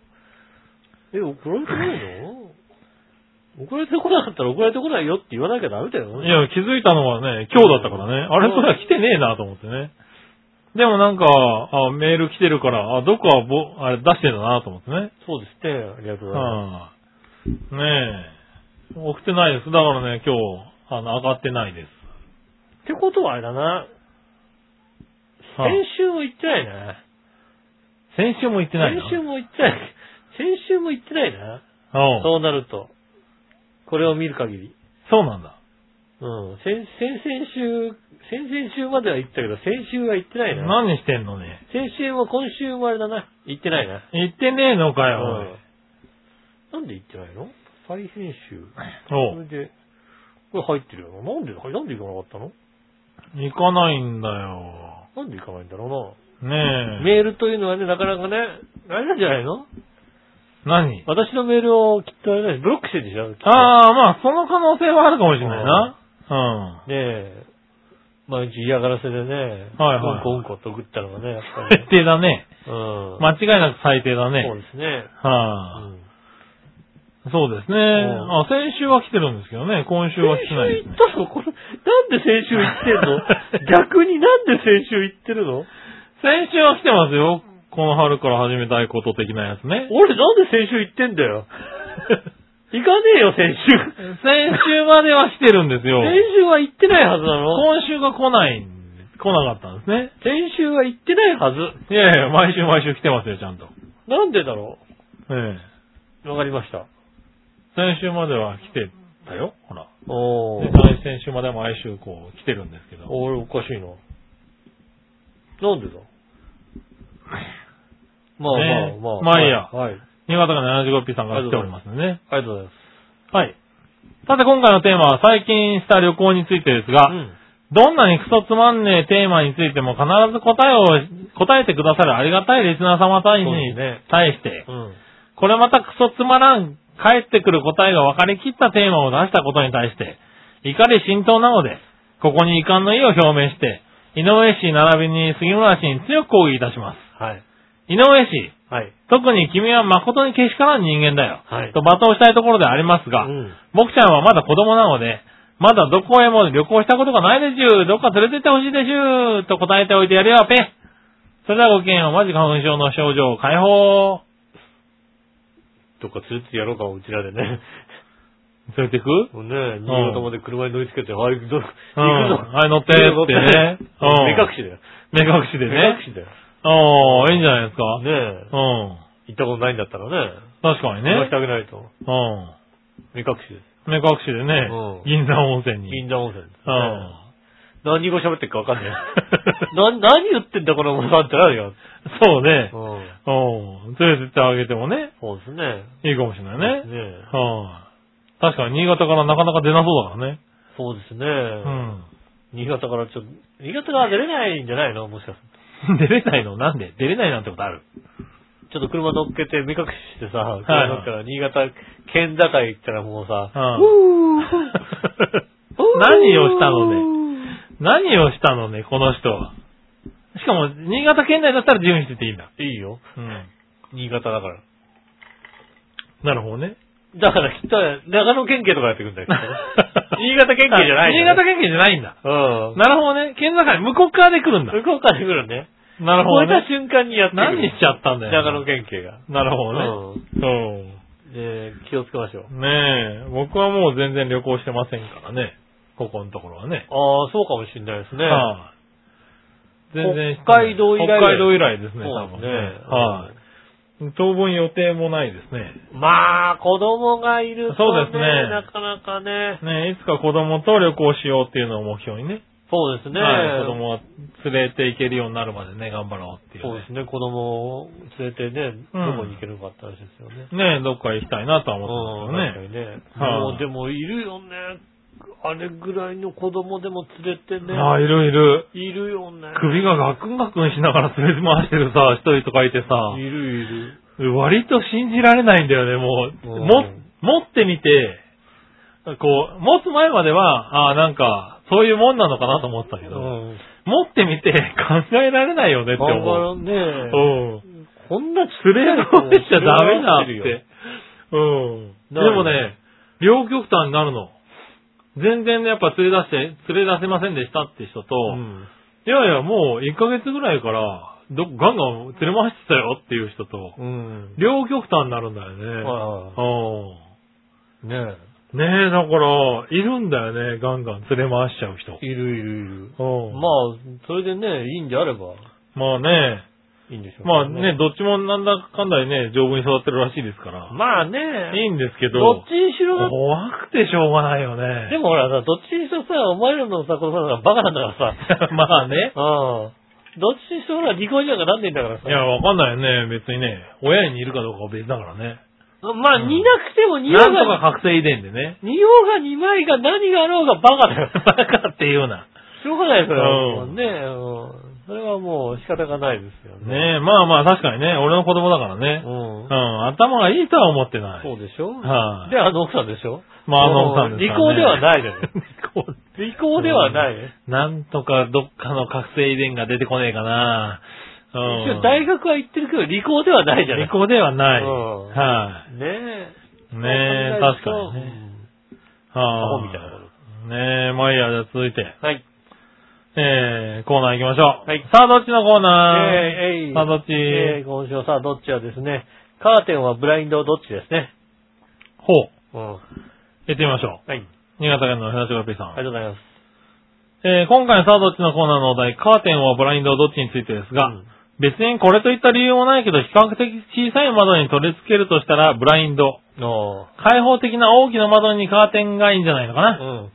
え、送られてない の送られてこなかったら送られてこないよって言わなきゃダメだよ。いや、気づいたのはね、今日だったからね。あれ、うんそれは来てねえなと思ってね。でもなんか、あメール来てるから、あ、どこはぼ、あれ出してんだなと思ってね。そうですね。ありがとううございまん。ねえ。送ってないです。だからね、今日、あの、上がってないです。す。ってことはあれだな。は先週も言ってないね。先週も行ってないの先週も行ってない。先週も行ってないな。おうそうなると。これを見る限り。そうなんだ。うん。先、先々週、先々週までは行ったけど、先週は行ってないな。何してんのね。先週も今週もあれだな。行ってないな。行ってねえのかうんよ。なんで行ってないの再編集。おそうれで、これ入ってるよな。なんで、なんで行かなかったの行かないんだよ。なんで行かないんだろうな。ねえ。メールというのはね、なかなかね、あれなんじゃないの何私のメールをきっとあれだよブロックしてるでしょきっとああ、まあ、その可能性はあるかもしれないな。うん。ねえ、毎日嫌がらせでね、はいはいうんこうんこと送ったのがね、やっぱり 最。低だね。うん。間違いなく最低だそうね。ですね。うはい、ん。そうですね。んあ、先週は来てるんですけどね。今週は来てないです先週行ね。ったのこれ、なんで先週行ってんの 逆になんで先週行ってるの先週は来てますよ。この春から始めたいこと的なやつね。俺なんで先週行ってんだよ。行かねえよ、先週。先週までは来てるんですよ。先週は行ってないはずなの。今週が来ないんで、来なかったんですね。先週は行ってないはず。いやいや、毎週毎週来てますよ、ちゃんと。なんでだろええ。うわかりました。先週までは来てたよ、ほら。おでー。先先週までは毎週こう来てるんですけど。俺おかしいな。なん でだまあねえまあまあ。まあいいやはい。はい新潟が 75P さんから来ておりますね。ありがとうございます。はい。さて今回のテーマは最近した旅行についてですが、うんどんなにクソつまんねえテーマについても必ず答えを、答えてくださるありがたいリスナー様対そうですに、ね対してう、ん。これまたクソつまらん、返ってくる答えが分かりきったテーマを出したことに対して、怒り浸透なので、ここに遺憾の意を表明して、井上氏並びに杉村氏に強く抗議いたします。はい。井上氏、はい。特に君は誠にけしからん人間だよ。はいと罵倒したいところでありますが、うん僕ちゃんはまだ子供なので、まだどこへも旅行したことがないでしゅー。どっか連れてってほしいでしゅー。と答えておいてやれよ、ペン。それではごきげんよう。マジ花粉症の症状を解放。どっか連れてやろうか、うちらでね。 連れてくうん。もうね、新潟まで車に乗りつけて、あれ、ど、行くの。はい、乗って ってね。うん。目隠しだよ。目隠しで目ね。隠しだよ。おー、いいんじゃないですか。ねえ、うん。行ったことないんだったらね、確かに行かしねて。あげないと。うん。目隠しです。目隠しでねうん、銀座温泉に。銀座温泉ですね。うん。何語喋ってるかわかんない。 な、何言ってんだこのお前さんってなるよ。そうね。うん。うん。連れてってあげてもね、そうですね。いいかもしれないね。ねえはい。確かに新潟からなかなか出なそうだからね。そうですね。うん。新潟からちょっと、新潟から出れないんじゃないのもしかして。出れないのなんで出れないなんてことあるちょっと車乗っけて目隠ししてさ、い車乗っけたら新潟県境行ったらもう さ、うん。何をしたのね。何をしたのね、この人は。しかも、新潟県内だったら自由にしてていいんだ。いいよ。うん。新潟だから。なるほどね。だからきっと、長野県警とかやってくん だけどね。新潟県警じゃない新よね潟県警じゃないんだ。うん。なるほどね。県境、向こう側で来るんだ。向こうから来るね。なる超ほえどたね。瞬間にやってくる。何しちゃったんだよ。長野県警が。なるほどね。うんうん。で気をつけましょう。ねえ、僕はもう全然旅行してませんからね。ここのところはね。ああ、そうかもしれないですね。はい全然北海道以来北海道以来ですね、そう多で分すね。ねはい。当分予定もないですね。まあ、子供がいると、そうね、ですねなかなかね。ねえいつか子供と旅行しようっていうのを目標にね。そうですね。はい子供は連れて行けるようになるまでね、頑張ろうっていうそうね、ですね、子供を連れてね、うんどこに行けるかって話ですよね。ねえどっか行きたいなとは思うっん、てます確かけどね。にね。はいもうでもいるよね。あれぐらいの子供でも連れてね。ああ、いるいる。いるよね。首がガクンガクンしながら連れて回してるさ、一人とかいてさ。いるいる。割と信じられないんだよね、もう。うんも、持ってみて、こう、持つ前までは、ああ、なんか、そういうもんなのかなと思ってたけど、うん。持ってみて 考えられないよねって頑張思う。ろうね。うん。こんな連れ子を回しちゃダメだっ。連れ回してうん。でなるもよねね、両極端になるの。全然ね、やっぱ連れ出して、連れ出せませんでしたって人と、うんいやいや、もう1ヶ月ぐらいから、どガンガン連れ回してたよっていう人と、うん。両極端になるんだよね。はうんねねえ、だから、いるんだよね、ガンガン連れ回しちゃう人。いるいるいる。うんまあ、それでね、いいんであれば。まあね、いいんでしょうまあね、どっちもなんだかんだでね、丈夫に育ってるらしいですから。まあね、いいんですけど、どっちにしろだっ怖くてしょうがないよね。でもほらさ、どっちにしろさ、お前らのさ、このさ、バカなんだからさ。 まあね。うん。どっちにしろほら、離婚になんかなんでんだからさ。いや、わかんないよね。別にね、親に似るかどうかは別だからね。まあ、うん似なくても似よなうんとかが、覚醒遺伝でね。似ようが似まいが何があろうがバカだよ。バカっていうような。しょうがないですよ。うねうん。それはもう仕方がないですよね。ねえ、まあまあ確かにね、俺の子供だからうね。んう。ん、頭がいいとは思ってない。そうでしょはいで、あの奥さんでしょまああの奥さんです離か婚らねではないだよ。こう離婚ではないね。なんとかどっかの覚醒遺伝が出てこねえかな。う一応ん。大学は行ってるけど、離婚ではないじゃない利。口ではない。うんはねえ。い。ねえ、確かにね。ね。はアホみたいなこねえ、まあいいや、じゃあ続いて。はい。えー、コーナー行きましょう。はいさあ、どっちのコーナー、えーえいさあ、どっち、えー今週はさあ、どっちはですね、カーテンはブラインドどっちですね。ほうう。ん。は行ってみましょい。ありう。新潟県の平田ペさん。がとうございます。えー、今回のさあ、どっちのコーナーのお題、カーテンはブラインドはどっちについてですが、うん別にこれといった理由もないけど、比較的小さい窓に取り付けるとしたら、ブラインド。お開放的な大きな窓にカーテンがいいんじゃないのかうな。ん。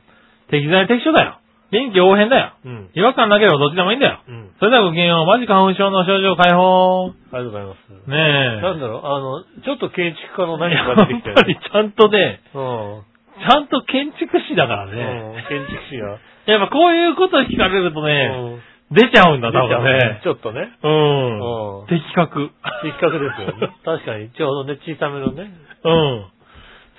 適材適所だよ。臨機応変だよ。うん。違和感なければどっちでもいいんだよ。うん。それではごきげんよう。マジ花粉症の症状解あ放。りがとうございます。ねなんえ。だろう、あの、ちょっと建築家の何やかが出てきたっぱ りちゃんとね、よね。ちゃんと建築士だうからん。ね。うん。建築士が。やっぱこういうこと聞かれるとうね、ん出ちゃうんだ、出ちゃ多分ねう。。ちょっとね。うんうん。的確。的確ですよね。確かに、ちょうどね、小さめのね。 うん。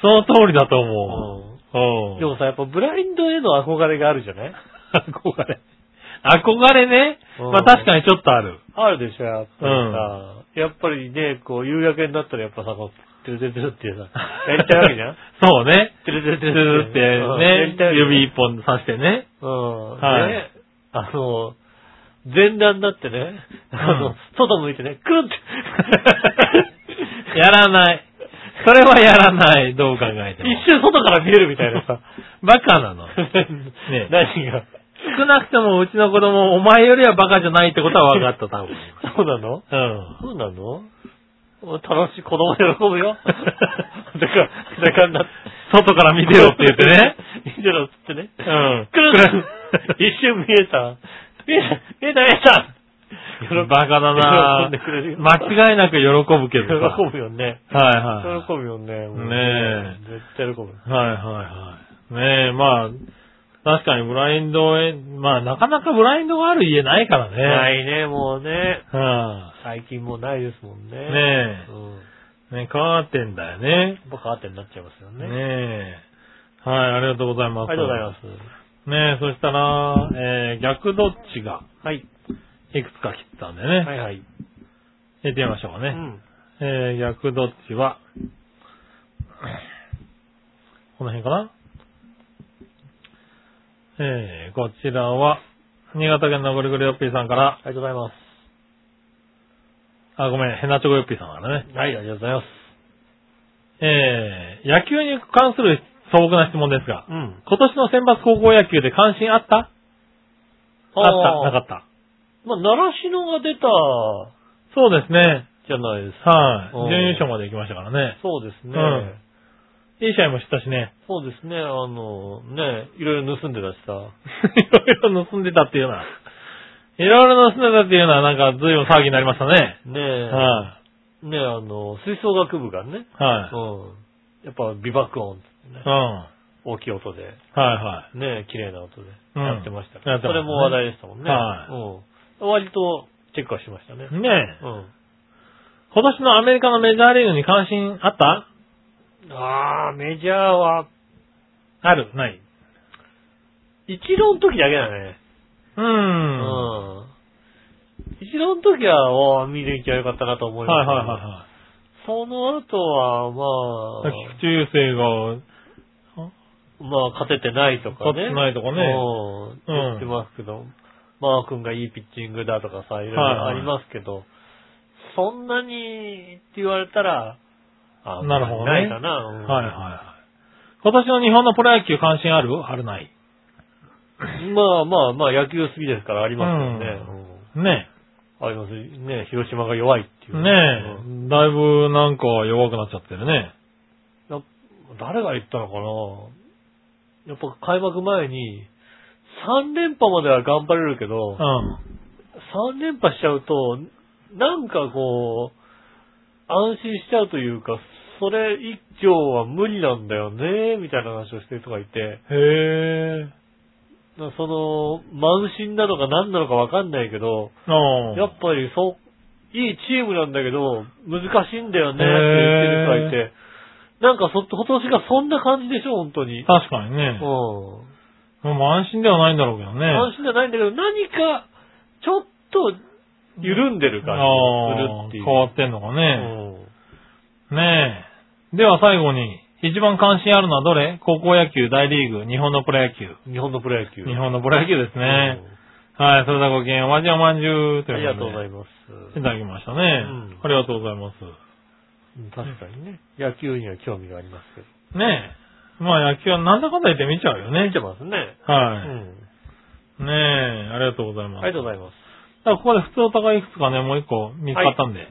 その通りだと思うん。う。うん。でもさ、やっぱブラインドへの憧れがあるじゃない憧れ。憧れね。うんまあ確かにちょっとある。あるでしょ、やっぱりさ。やっぱりね、こう、夕焼けになったらやっぱさ、こう、てるてるてるっていうさ、やりたいわけじゃんそう ね。てるずてるてーるっうんやりてたいわけね、じゃん指一本刺してね。うん。はいね。あの、前段になってね、あうのん、外向いてね、くるんって。 やらない。それはやらない。どう考えても。一瞬外から見えるみたいなさ。バカなの。え何が。少なくともうちの子供、お前よりはバカじゃないってことは分かった、多分。そうなのうん。そうなの楽しい、子供喜ぶ よ。 だから、だからな、外から見てよって言っ てね。。見てろって言ってうね。ん。く るん一瞬見えた。見えた、見えた、見えたバカだな喜んでくれるよ間違いなく喜ぶけどさ。喜ぶよね。はいはい。喜ぶよね。もうねえ絶対喜ぶ。はいはいはい。ねえ、まあ、確かにブラインドへ、まあなかなかブラインドがある家ないからね。ないね、もうね。は最近もうないですもんね。い。ねうん。え、ねカーテンだよね。僕カーテンになっちゃいますよねね。え。はい、ありがとうございます。。ありがとうございますねえ、そしたら、えー、逆どっちがす。はい。いくつか切ったんでね。はいはい。やってみましょうかね。うん。えー、逆どっちは、この辺かなえー、こちらは、新潟県のぐるぐるよっぴーさんから、ありがとうございまあ、ごめん、ヘナチョコよっぴーさんからね。す。はい、ありがとうございます。えー、野球に関する素朴な質問ですが、うん。今年の選抜高校野球で関心あったあったなかかったったまあ、習志野が出たそうですね。じゃないですか。はいうん。準優勝まで行きましたからね。そうですね。うんいい試合もしたしね。そうですね。あの、ね、いろいろ盗んでたしさ。いろいろ盗んでたっていうのは、いろいろ盗んでたっていうのはなんか随分騒ぎになりましたね。ねはねあの、吹奏楽部がね、い。はうん。い。やっぱ美爆音ってねう、ん。は大きい音で、いはね綺麗な音でうんやってましたやってそましたねれも話題でしたもんね。はうん。割とチェックはしましたね。い。ねえ。うん。今年のアメリカのメジャーリーグに関心あったあー、メジャーは、あるない。一郎の時だけだね。う。うんはん。一郎の時は、おー見に行きゃよかったなと思いいはまいす。はその後は、まいはい。菊池雄星が、あ、まあ、勝ててないとかね。勝ってないとかねうん。うん言ってますけど、マー君がいいピッチングだとかさ、いろいろありますけど、そんなにって言われたら、あなるほどねないかな。うんはいはいはい。今年の日本のプロ野球関心あるあるない。まあまあまあ、野球好きですからありますよね。ねありますね。広島が弱いっていう。うんねえ、だいぶなんか弱くなっちゃってるね。や誰が言ったのかなやっぱ開幕前に、3連覇までは頑張れるけど、う3連覇しちゃうと、なんかこう、安心しちゃうというか、それ一挙は無理なんだよね、みたいな話をしてる人がいて、ん。へえ。なその、満身なのか何なのかわかんないけど、ああ。やっぱりそう、いいチームなんだけど、難しいんだよね、って言ってる人がいて、なんかそ、今年がそんな感じでしょ、本当に。確かにうね。ん。もう安心ではないんだろうけどね。安心じゃないんだけど、何か、ちょっと、緩んでる感じあがするあ、ってい変う。わってんのかうね。んねえ。では最後に、一番関心あるのはどれ高校野球、大リーグ、日本のプロ野球。日本のプロ野球。日本のプロ野球ですね。はい、それではごきげん、お味はまんじゅううとんありいうがことうとござでいます。いただきましたね、んありがとうございます。うん確かにね。野球には興味がありますけど。ねえ。まあ野球はなんだかんだ言って見ちゃうよね。見てますね。うはい。ん。ねえ、ありがとうございます。ありがとうございます。ただここで普通お互いいくつかね、もう一個見つかったんで。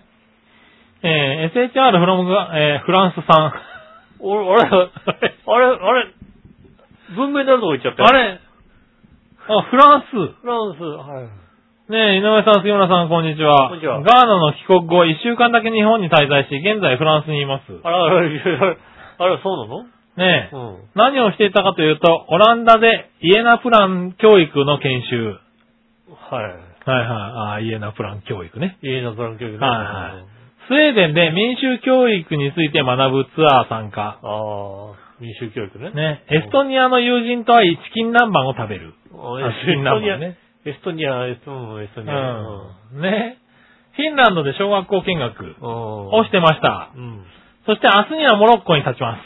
えー、SHR フロムが、えー、フランスさん。おあれ、あれ、あれ、文明になるとこ行っちゃったよあれあ、フランス。フランス、はい。ねえ、井上さん、杉村さん、こんにちは。こんにちはガーナの帰国後、一週間だけ日本に滞在し、現在フランスにいます。あら、あら、あら、そうなのねえ、うん。何をしていたかというと、オランダでイエナプラン教育の研修。はいははい、あイエナプラン教育ね。い。いいな、ブラン教育ね。はいはいスウェーデンで民衆教育について学ぶツアー参あ加。あ、民衆教育ね。ね、エストニアの友人と会い、チキン南蛮を食べる。ああチキン南蛮ね。エストニア、エストニア、エストニア。うんうん。ね。フィンランドで小学校見学をしてました。うん。そして明日にはモロッコに立ちます。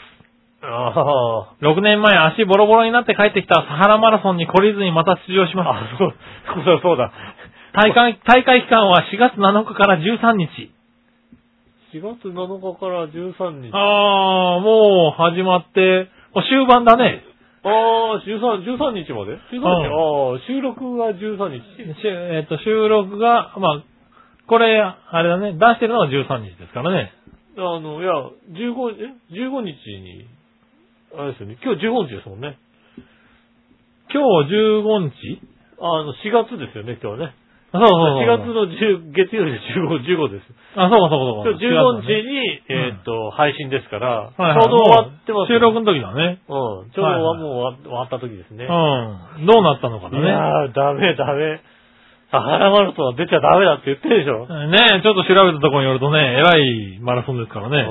ああ、 6年前足ボロボロになって帰ってきたサハラマラソンに懲りずにまた出場します。あ、そう、そうだ、そうだ。大会、大会期間は4月7日から13日。 4月7日から13日。あー、もう始まって、もう終盤だね。ああ、13、13日まで ?13 日、うんああ、収録が13し日。えっ、と、収録が、まあ、これ、あれだね、出してるのは13日ですからね。あの、いや、15、え ?15 日に、あれですよね。今日15日ですもんね。今日15日あの、4月ですよね、今日はね。あそうそうそう。 4月の10月曜日で15、15です。あ、そうかそうかそ今うか。日15日4月に、えうんーっと、配信ですから、ちだね、はいはょういど終わってますよ。収録の時だね。うん、ちょうどはいはいはもう終わ終わった時ですね。うん。どうなったのかいだね。やー、ダメダメ。サハラマラソンは出ちゃダメだって言ってるでしょ。ねちょっと調べたところによるとね、えらいマラソンですからね。はい、う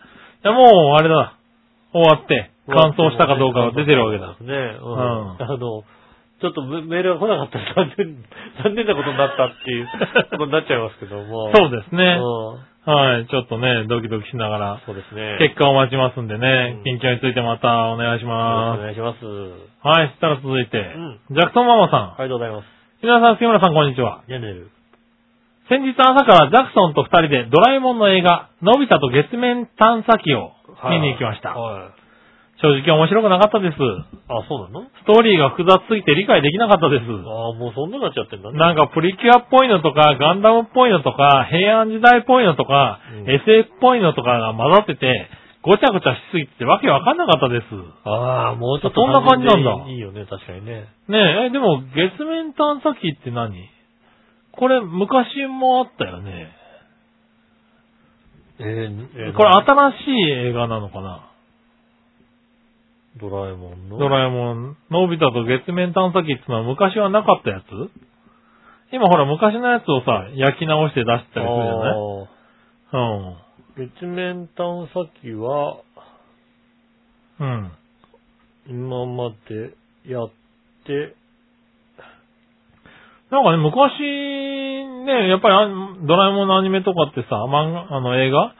んいや、もう、あれだ。終わって、完走したかどうかは出てるわけだ。ね、うん。うんあの、ちょっとメメールが来なかったら残念、 残念なことになったっていうことになっちゃいますけども。そうですね。うんはい。ちょっとね、ドキドキしながら、そうですね。結果を待ちますんでねう、ん近況についてまたお願いしよまろしくお願いします。す。はい。そしたら続いて、んジャクソンママさありがとうございます。ん。皆さん、杉村さん、こんにちは。ジェネル。先日朝からジャクソンと二人でドラえもんの映画、のび太と月面探査機を見に行きました。はい。正直面白くなかったです。あ、そうなのストーリーが複雑すぎて理解できなかったです。ああ、もうそんなになっちゃってんだね。なんかプリキュアっぽいのとか、ガンダムっぽいのとか、平安時代っぽいのとか、うん SF っぽいのとかが混ざってて、ごちゃごちゃしすぎてわけわかんなかったです。ああ、もうちょっとそんな感じなんだ単純でいいよね、確かにね。ねええ、でも月面探査機って何これ昔もあったよね。えーえーこれ新しい映画なのかなドラえもんの。ドラえもん、のび太と月面探査機ってのは昔はなかったやつ今ほら昔のやつをさ、焼き直して出したりするじゃないあー月面探査機は、うん。うん。今までやって、なんかね、昔、ね、やっぱりあドラえもんのアニメとかってさ、漫画、あの映画はい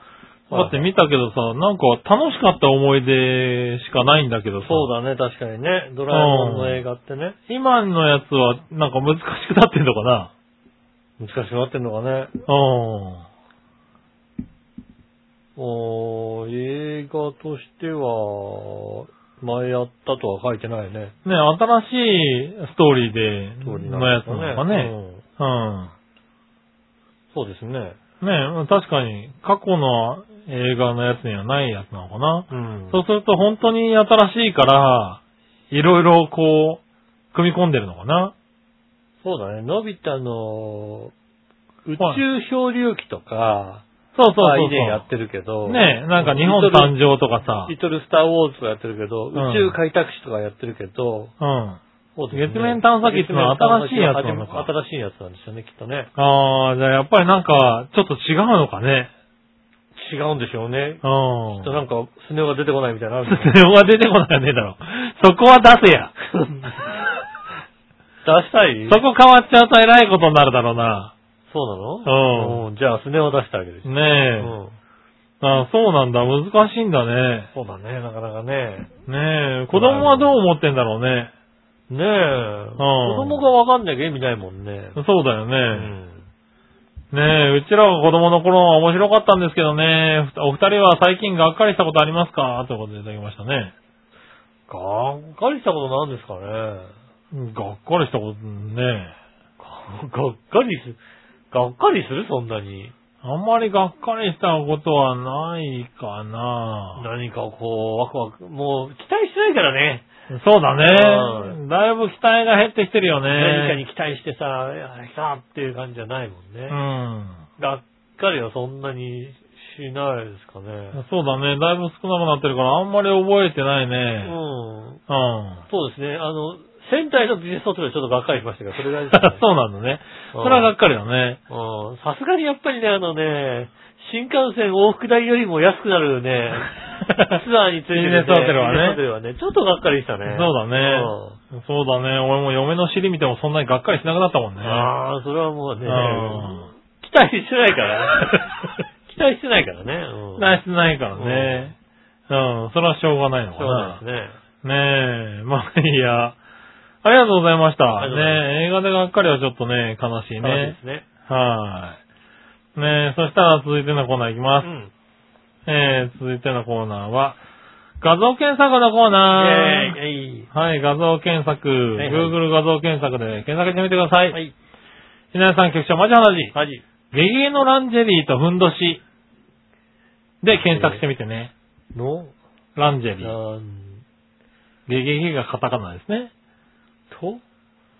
だって見たけどさ、なんか楽しかった思い出しかないんだけどさ。そうだね、確かにね。ドラえもんの映画ってね。今のやつは、なんか難しくなってんのかな難しくなってんのかね。うん。おー、映画としては、前やったとは書いてないね。ね、新しいストーリーで、のやつなのかうね。んうん。そうですね。ねえ、確かに、過去の映画のやつにはないやつなのかな。うんそうすると本当に新しいから、いろいろこう、組み込んでるのかな。そうだね。のび太の宇宙はい漂流記とか、そうそうそうまあそう。以前やってるけど、ねえ、なんか日本誕生とかさ、リトルスターウォーズとかやってるけど、うん宇宙開拓史とかやってるけど、うん。そうですね月面探査機ってのは新しいやつなのか月面探査機は新しいやつなんですよね、きっとね。ああ、じゃあやっぱりなんか、ちょっと違うのかね。違うんでしょうね。うきん。っとなんか、スネ夫が出てこないみたいなのあ るんだよねそれは出てこないねえだろ。そこは出 せや。 出したいそこ変わっちゃうと偉いことになるだろうな。そううなのうん。じゃあ、スネ夫出してあげる。ねえ。うん。あそうなんだ。難しいんだね。そうだね、なかなかね。ねえ。子供はどう思ってんだろうね。ねえ。子供がわかんなきゃ意味ないもんね。そうだようね。ん。ねえ、うちらが子供の頃は面白かったんですけどね。お二人は最近がっかりしたことありますかということでいただきましたね。がっかりしたことなんですかね。がっかりしたことね。がっかりす、がっかりするそんなに。あんまりがっかりしたことはないかな。何かこう、ワクワク、もう期待してないからね。そうだうね。だいぶ期待が減ってきてるよね。何かに期待してさ、あれさ、っていう感じじゃないもんね。がっかりはそんなにしないですかうんね。。そうだね。だいぶ少なくなってるから、あんまり覚えてないうね。ん。うん。 そうですね。あの、仙台のビジネスホテルはちょっとがっかりしましたけど、それぐらいですかね。 そうなんだね。それはがっかりだね。うんさすがにやっぱりね、あのね、新幹線往復代よりも安くなる ね、ツアーについてる、ビジネスホテルはねビジネスホテルはね、ちょっとがっかりしたそうね。だねうん。そうだね。俺も嫁の尻見てもそんなにがっかりしなくなったもんね。ああ、それはもうねうん、期待してない から。期待してないからね。うん。ナイスないからね。うん。それはしょうがないのかそうなで。すね。ねえ、まあいいや。ありがとうございました。ありがとうございますねえ映画でがっかりはちょっとね、悲しそいうでね。すね。はい。ねえ、そしたら続いてのコーナーいきうます。ん。えー、続いてのコーナーは、画像検索のコーイナー。ェーイイェーイはい、画像検索、いはい Google 画像検索で検索してみてください。はい。ひなやさん局長、マジ話。マジ。ゲゲゲのランジェリーとふんどし。で、検索してみてね。の、ランジェリー。なん、ゲゲゲがカタカナですね。と、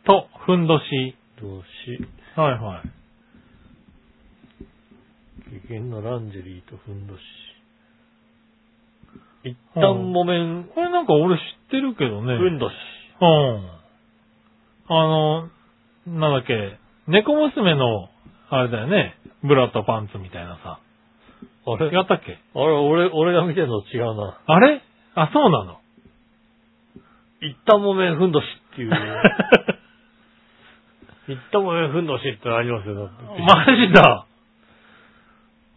と、ふんどし。どうし、はいはい。危険のランジェリーとふんどし。一旦木綿、これなんか俺知ってるけどね。ふんどし。うん。あの、なんだっけ、猫娘の、あれだよね、ブラとパンツみたいなさ。あ違れったっけあれ、俺、俺が見てるの違うな。あれあ、そうなの。一旦木綿ふんどしって いう。一旦木綿ふんどしってのありますよ。だってマジだ。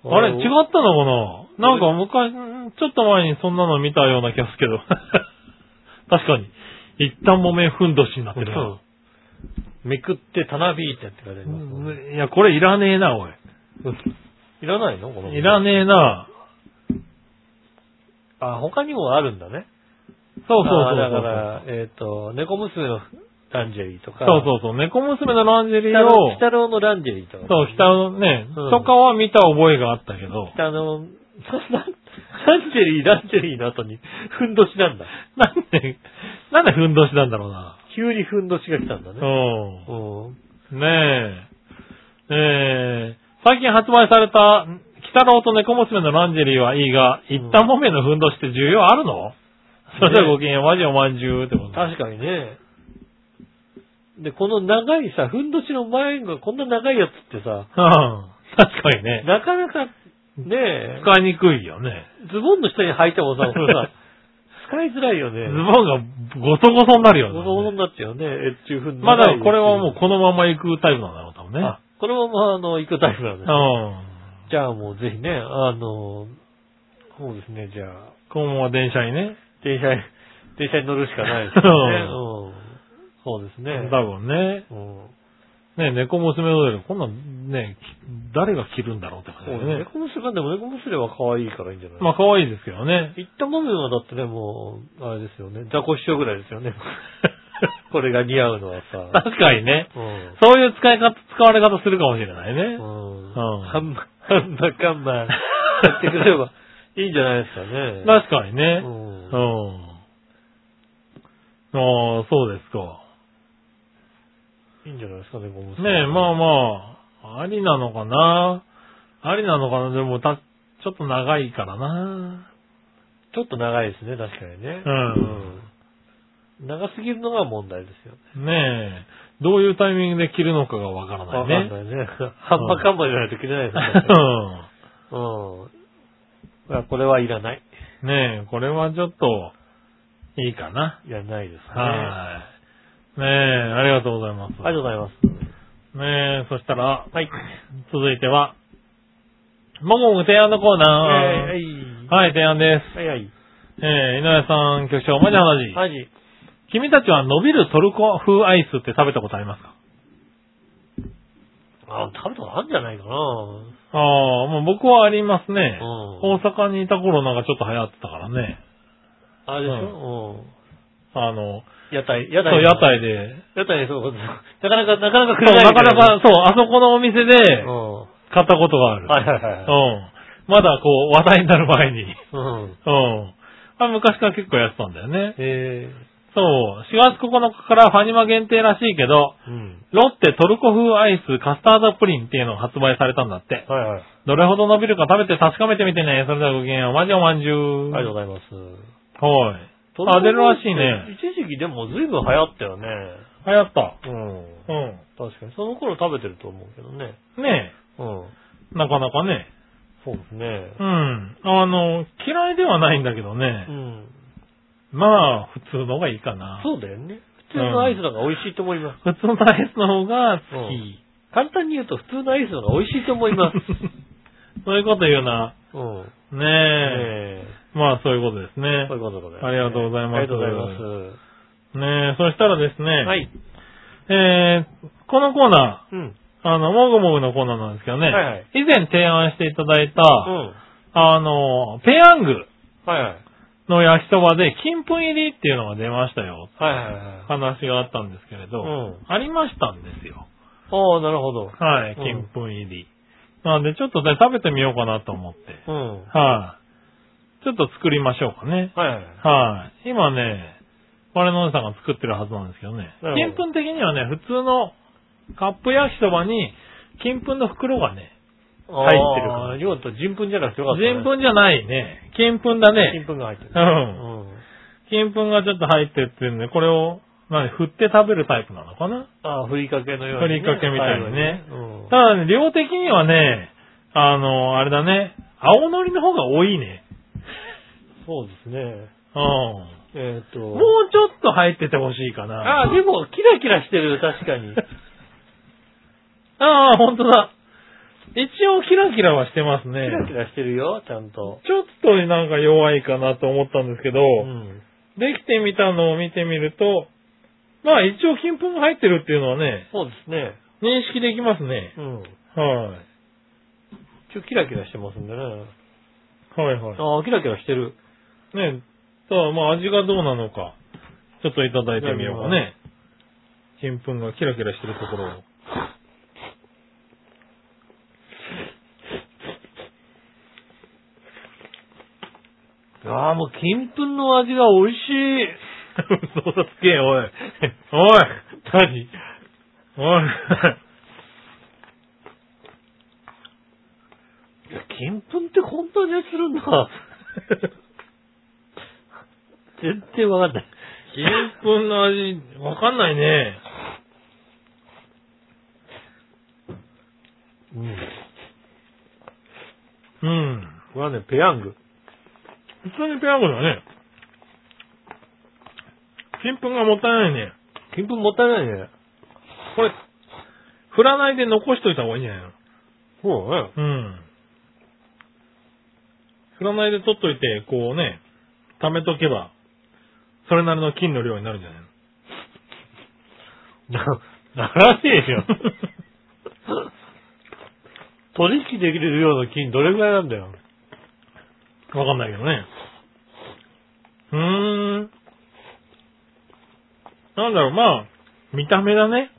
あれ違っ俺たのかななんか昔、んちょっと前にそんなの見たような気がするけど。 確かに。一旦木綿ふんどしになってるな。めくって、たなびいてって書いてありますもんね。いや、これいらねえな、おい。いらないのこの。いらねねえな。あ、他にもあるんだね。そうそうそあうだかそう ら、えっ、と、猫娘のランジェリーとか。そうそうそう。猫娘のランジェリ北ー郎を、北郎のランジェリーとか。そう、北のね、うんとかは見た覚えがあったけど、北の、ランジェリー、ランジェリーの後に、ふんどしなんだ。なんで、なんでふんどしなんだろうな。急にふんどしが来たんだね。ううん。ん。ねえ。えー、最近発売された、北郎と猫娘のランジェリーはいいが、うん一旦もめのふんどしって需要あるの、それではごきげんよう、マジおまんじゅうってこと。確かにね。で、この長いさ、ふんどしの前がこんな長いやつってさ、うん。確かにね。なかなか、ねえ、使いにくいよね。ズボンの下に履いてもさ、これさ、 使いづらいよね。ズボンがごそごそになるよね。ボコボコになっちゃうね。えっちゅうふうに。まあだからこれはもうこのまま行くタイプなんだろう、多分ね。あ、これはまあ、あの、行くタイプなんですね。うじゃあもうぜひね、あの、そうですね、じゃあ、ん。このまま電車にね。電車に、 電車に乗るしかないですよね。う うん。そうですね。多分ね。うん。ね、猫娘モデル、こんなんね、き誰が着るんだろうってそ感うですじだね。よね。猫娘、でも猫娘は可愛いからいいんじゃないまあ可愛いですけどね。行ったもめはだってね、もう、あれですよね。雑魚師匠ぐらいですよ ね。これが似合うのはさ。 確かにね。うん。そういう使い方、使われ方するかもしれないね。うんん。うんあんな、あんなかんな、やってくればいいんじゃないですかね。確かにねう。んうん。ああ、そうですか。いいんじゃないですかね、ゴムさん。ねえ、まあまあ、ありなのかな。ありなのかな。でも、た、ちょっと長いからな。ちょっと長いですね、確かにね。うんうん長すぎるのが問題ですよね。ねえ、どういうタイミングで切るのかがわからわかなんいなね。いね。ハンマカンマじゃないといけないですね。 うんいや。これはいらない。うん。ねえ、これはちょっと、いいかな。いらないですね。あはい。ねえ、ありがとうございます。りがとうございます。ねえ、そしたら、はい。続いては、もごもご提案のコーナー。えーはい、提案です。はい。はいはい。えー、井上さん、局長、お前の話。マジ。君たちは伸びるトルコ風アイスって食べたことありますかあ、食べたことあるんじゃないかなああ、もう僕はありますね。うん大阪にいた頃なんかちょっと流行ってたからね。あれでしょあうの、ん。屋台、屋そ台。う、屋。台で。屋台でそう。なかなか、なかなか食そえなう、いなみたかい。なか、そう、あそこのお店でうん。買ったことがある。はいはいはい。うん。まだこう、話題になる前に。 うん。うん。あ昔から結構やってたんだよね。えそう、4月9日からファニマ限定らしいけど、ー。うん。ロッテトルコ風アイスカスタードプリンっていうのが発売されたんだって。はいはい。どれほど伸びるか食べて確かめてみてね。それではごきげんよう。まじおまんじゅう。ありがとうございます。はい。あ、出るらしいね。。一時期でも随分流行ったよね。流行った。うん。うん。確かに。その頃食べてると思うけどね。ねうん。え。なかなかね。そうですね。うん。あの、嫌いではないんだけどうね。ん。まあ、普通のがいいかな。そうだよね。普通のアイスの方が美味しいと思います。普通のアイスの方が好うき。簡単に言うと普通のアイスの方が美味しいと思い ます。そういうこと言うな。うん。ねええ。えまあ、そういうことですねそうい。うことでございます。ありがとうございますありがとうございます。ねえ、そしたらですね。はい。えー、このコーナうん。ー、あの、もぐもぐのコーナーなんですけどね、はいはい以前提案していただいた、うん。あの、ペヤングはいはい。の焼きそばで金粉入りっていうのが出ましたよ、はいはいはい。話があったんですけれど、うんありましたんですよ。ああ、なるほど。はい、う金ん粉入り。なんで、ちょっとね、食べてみようかなと思って、うん。はいはい、ちょっと作りましょうかね。はい。はい、今ね、我のおじさんが作ってるはずなんですけどね、な金るほ粉的にはね、普通のカップ焼きそばに、金粉の袋がね、入ってるからああ、よかった。人粉じゃなくてよかった、ね。人粉じゃないね。金粉だ金ね。粉が入ってる。うん。うん。金粉がちょっと入ってってるんで、これを、何、振って食べるタイプなのかなああ、ふりかけのように、ふりかけみたいにね最後にね。うんただね、量的にはね、あの、あれだね、青のりの方が多いね。そうですね。うん。えっ、と。もうちょっと入っててほしいかな。ああ、でも、キラキラしてる、確か に。ああ、ほんとだ。一応キラキラはしてますキね。ラキラしてるよ、ちゃんと。ちょっとなんか弱いかなと思ったんですけど、うん。できてみたのを見てみると、まあ一応金粉が入ってるっていうのはね、そうですね。認識できますね。うん。はい。ちょ、キラキラしてますんでね。はいはい。ああ、キラキラしてる。ねただまあ味がどうなのか、ちょっといただいてみようかね。金粉がキラキラしてるところを。ああ、もう、金粉の味が美味しい。 嘘だつけ、おい。おい何おいいや金粉ってこんな味がするんだ。 全然わかんない。 金粉の味、わかんないね。うん。うん。これはね、ペヤング。普通にペヤングだね。金粉がもったいないね。金粉もったいないね。これ、振らないで残しといた方がいいんじゃないのそうだね。うん。振らないで取っといて、こうね、貯めとけば、それなりの金の量になるんじゃないのな、ならねえよ。 取引できる量の金どれぐらいなんだよ。わかんないけどね。うーん。なんだろう、まあ、見た目だね。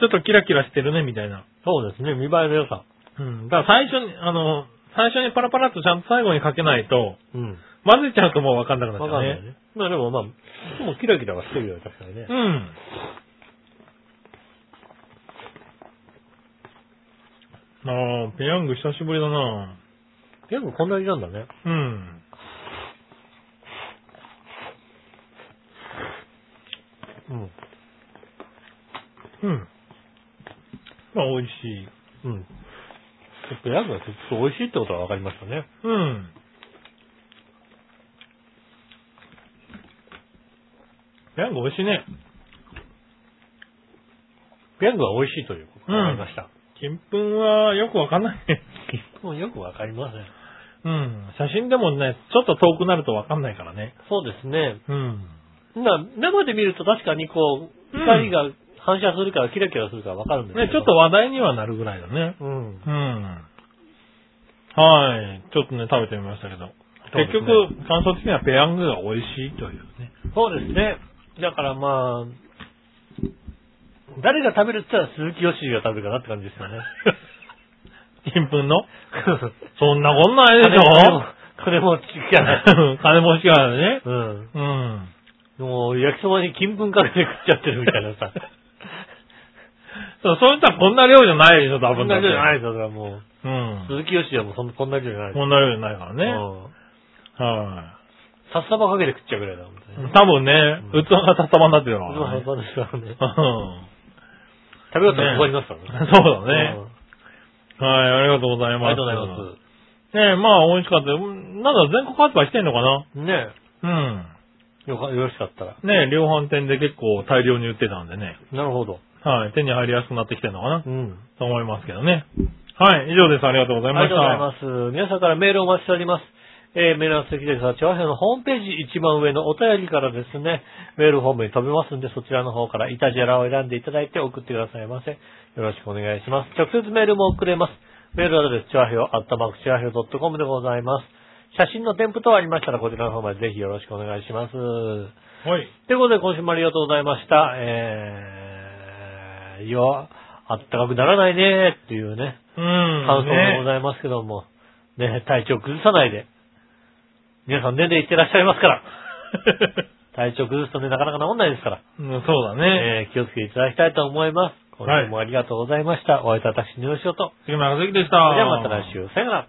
ちょっとキラキラしてるね、みたいな。そうですね、見栄えの良さ。うん。だから最初に、あの、最初にパラパラっとちゃんと最後にかけないと、うん。混ぜちゃうともうわかんなくなっわちゃかうんないね。ね。まあでもまあ、いつもキラキラはしてるよ、確かにねう。ん。ああ、ペヤング久しぶりだなペヤングこんな味なんだね。うん。うん。うん。まあ、美味しい。うん。ペヤングは結局美味しいってことはわかりましたね。うん。ペヤング美味しいね。ペヤングは美味しいということがわかりました。金粉はよくわかんないね。 結構よくわかりません。うん。写真でもね、ちょっと遠くなるとわかんないからね。そうですね。うん。な生で見ると確かにこう、うん光が反射するからキラキラするからわかるんですね、ちょっと、話題にはなるぐらいだね。うん。うん。はい。ちょっとね、食べてみましたけど。そうですね結局、感想的にはペヤングが美味しいというね。そうですね。だからまあ、誰が食べるって言ったら鈴木よしが食べるかなって感じですよね。金粉 のそんなこんないでしこれも、これも違う な。ょ 金持ちからね。うん。うん。もう、焼きそばに金粉かけて食っちゃってるみたいなさ。そう、そういったらこんな量じゃないでしょ、多こ分んだなって量じゃないですよ、それはもう。うん。鈴木よしはもうそんな、こんな量じゃないですこんな量じゃないからね。うんはさっさばかけて食っちゃうぐらいだもんね。い。多分ね、うん器がたったまになってるかうらまね。いもんですからね。うん食べようと終わりますからね。そうだね。はい、ありがとうございうんあます。りがとうございまねえ、まあ、美味しかったよ。うんなんだ、全国発売してんのかなす。ねうん。え、よかよろしかったら。ねえ、量販店で結構大量に売ってたんでね。なるほど。はい、手に入りやすくなってきてるのかなうん。と思いますけどね。はい、以上です。ありがとうござあいりがましとうございた。ます。皆さんからメールをお待ちしております。えー、メールの席ですが、調和表のホームページ一番上のお便りからですね、メールフォームに飛べますんで、そちらの方からイタジェラを選んでいただいて送ってくださいませ。よろしくお願いします。直接メールも送れます。メールアドレス、調和表、アットマーク調和表 .com でございます。写真の添付等ありましたら、こちらの方までぜひよろしくお願いします。はい。ということで、今週もありがとうございました。えー、いや、あったかくならないねーっていうね、うん。感想でごねざいますけども、ね、体調崩さないで、皆さん年でいってらっしゃいます から、体調崩すとね、なかなか治んないですから、うんそうだね。えー気をつけていただきたいと思います。今週もありがとうございました。お会いいた私、ニューショと。杉村和之でした。それではまた来週、さよなら。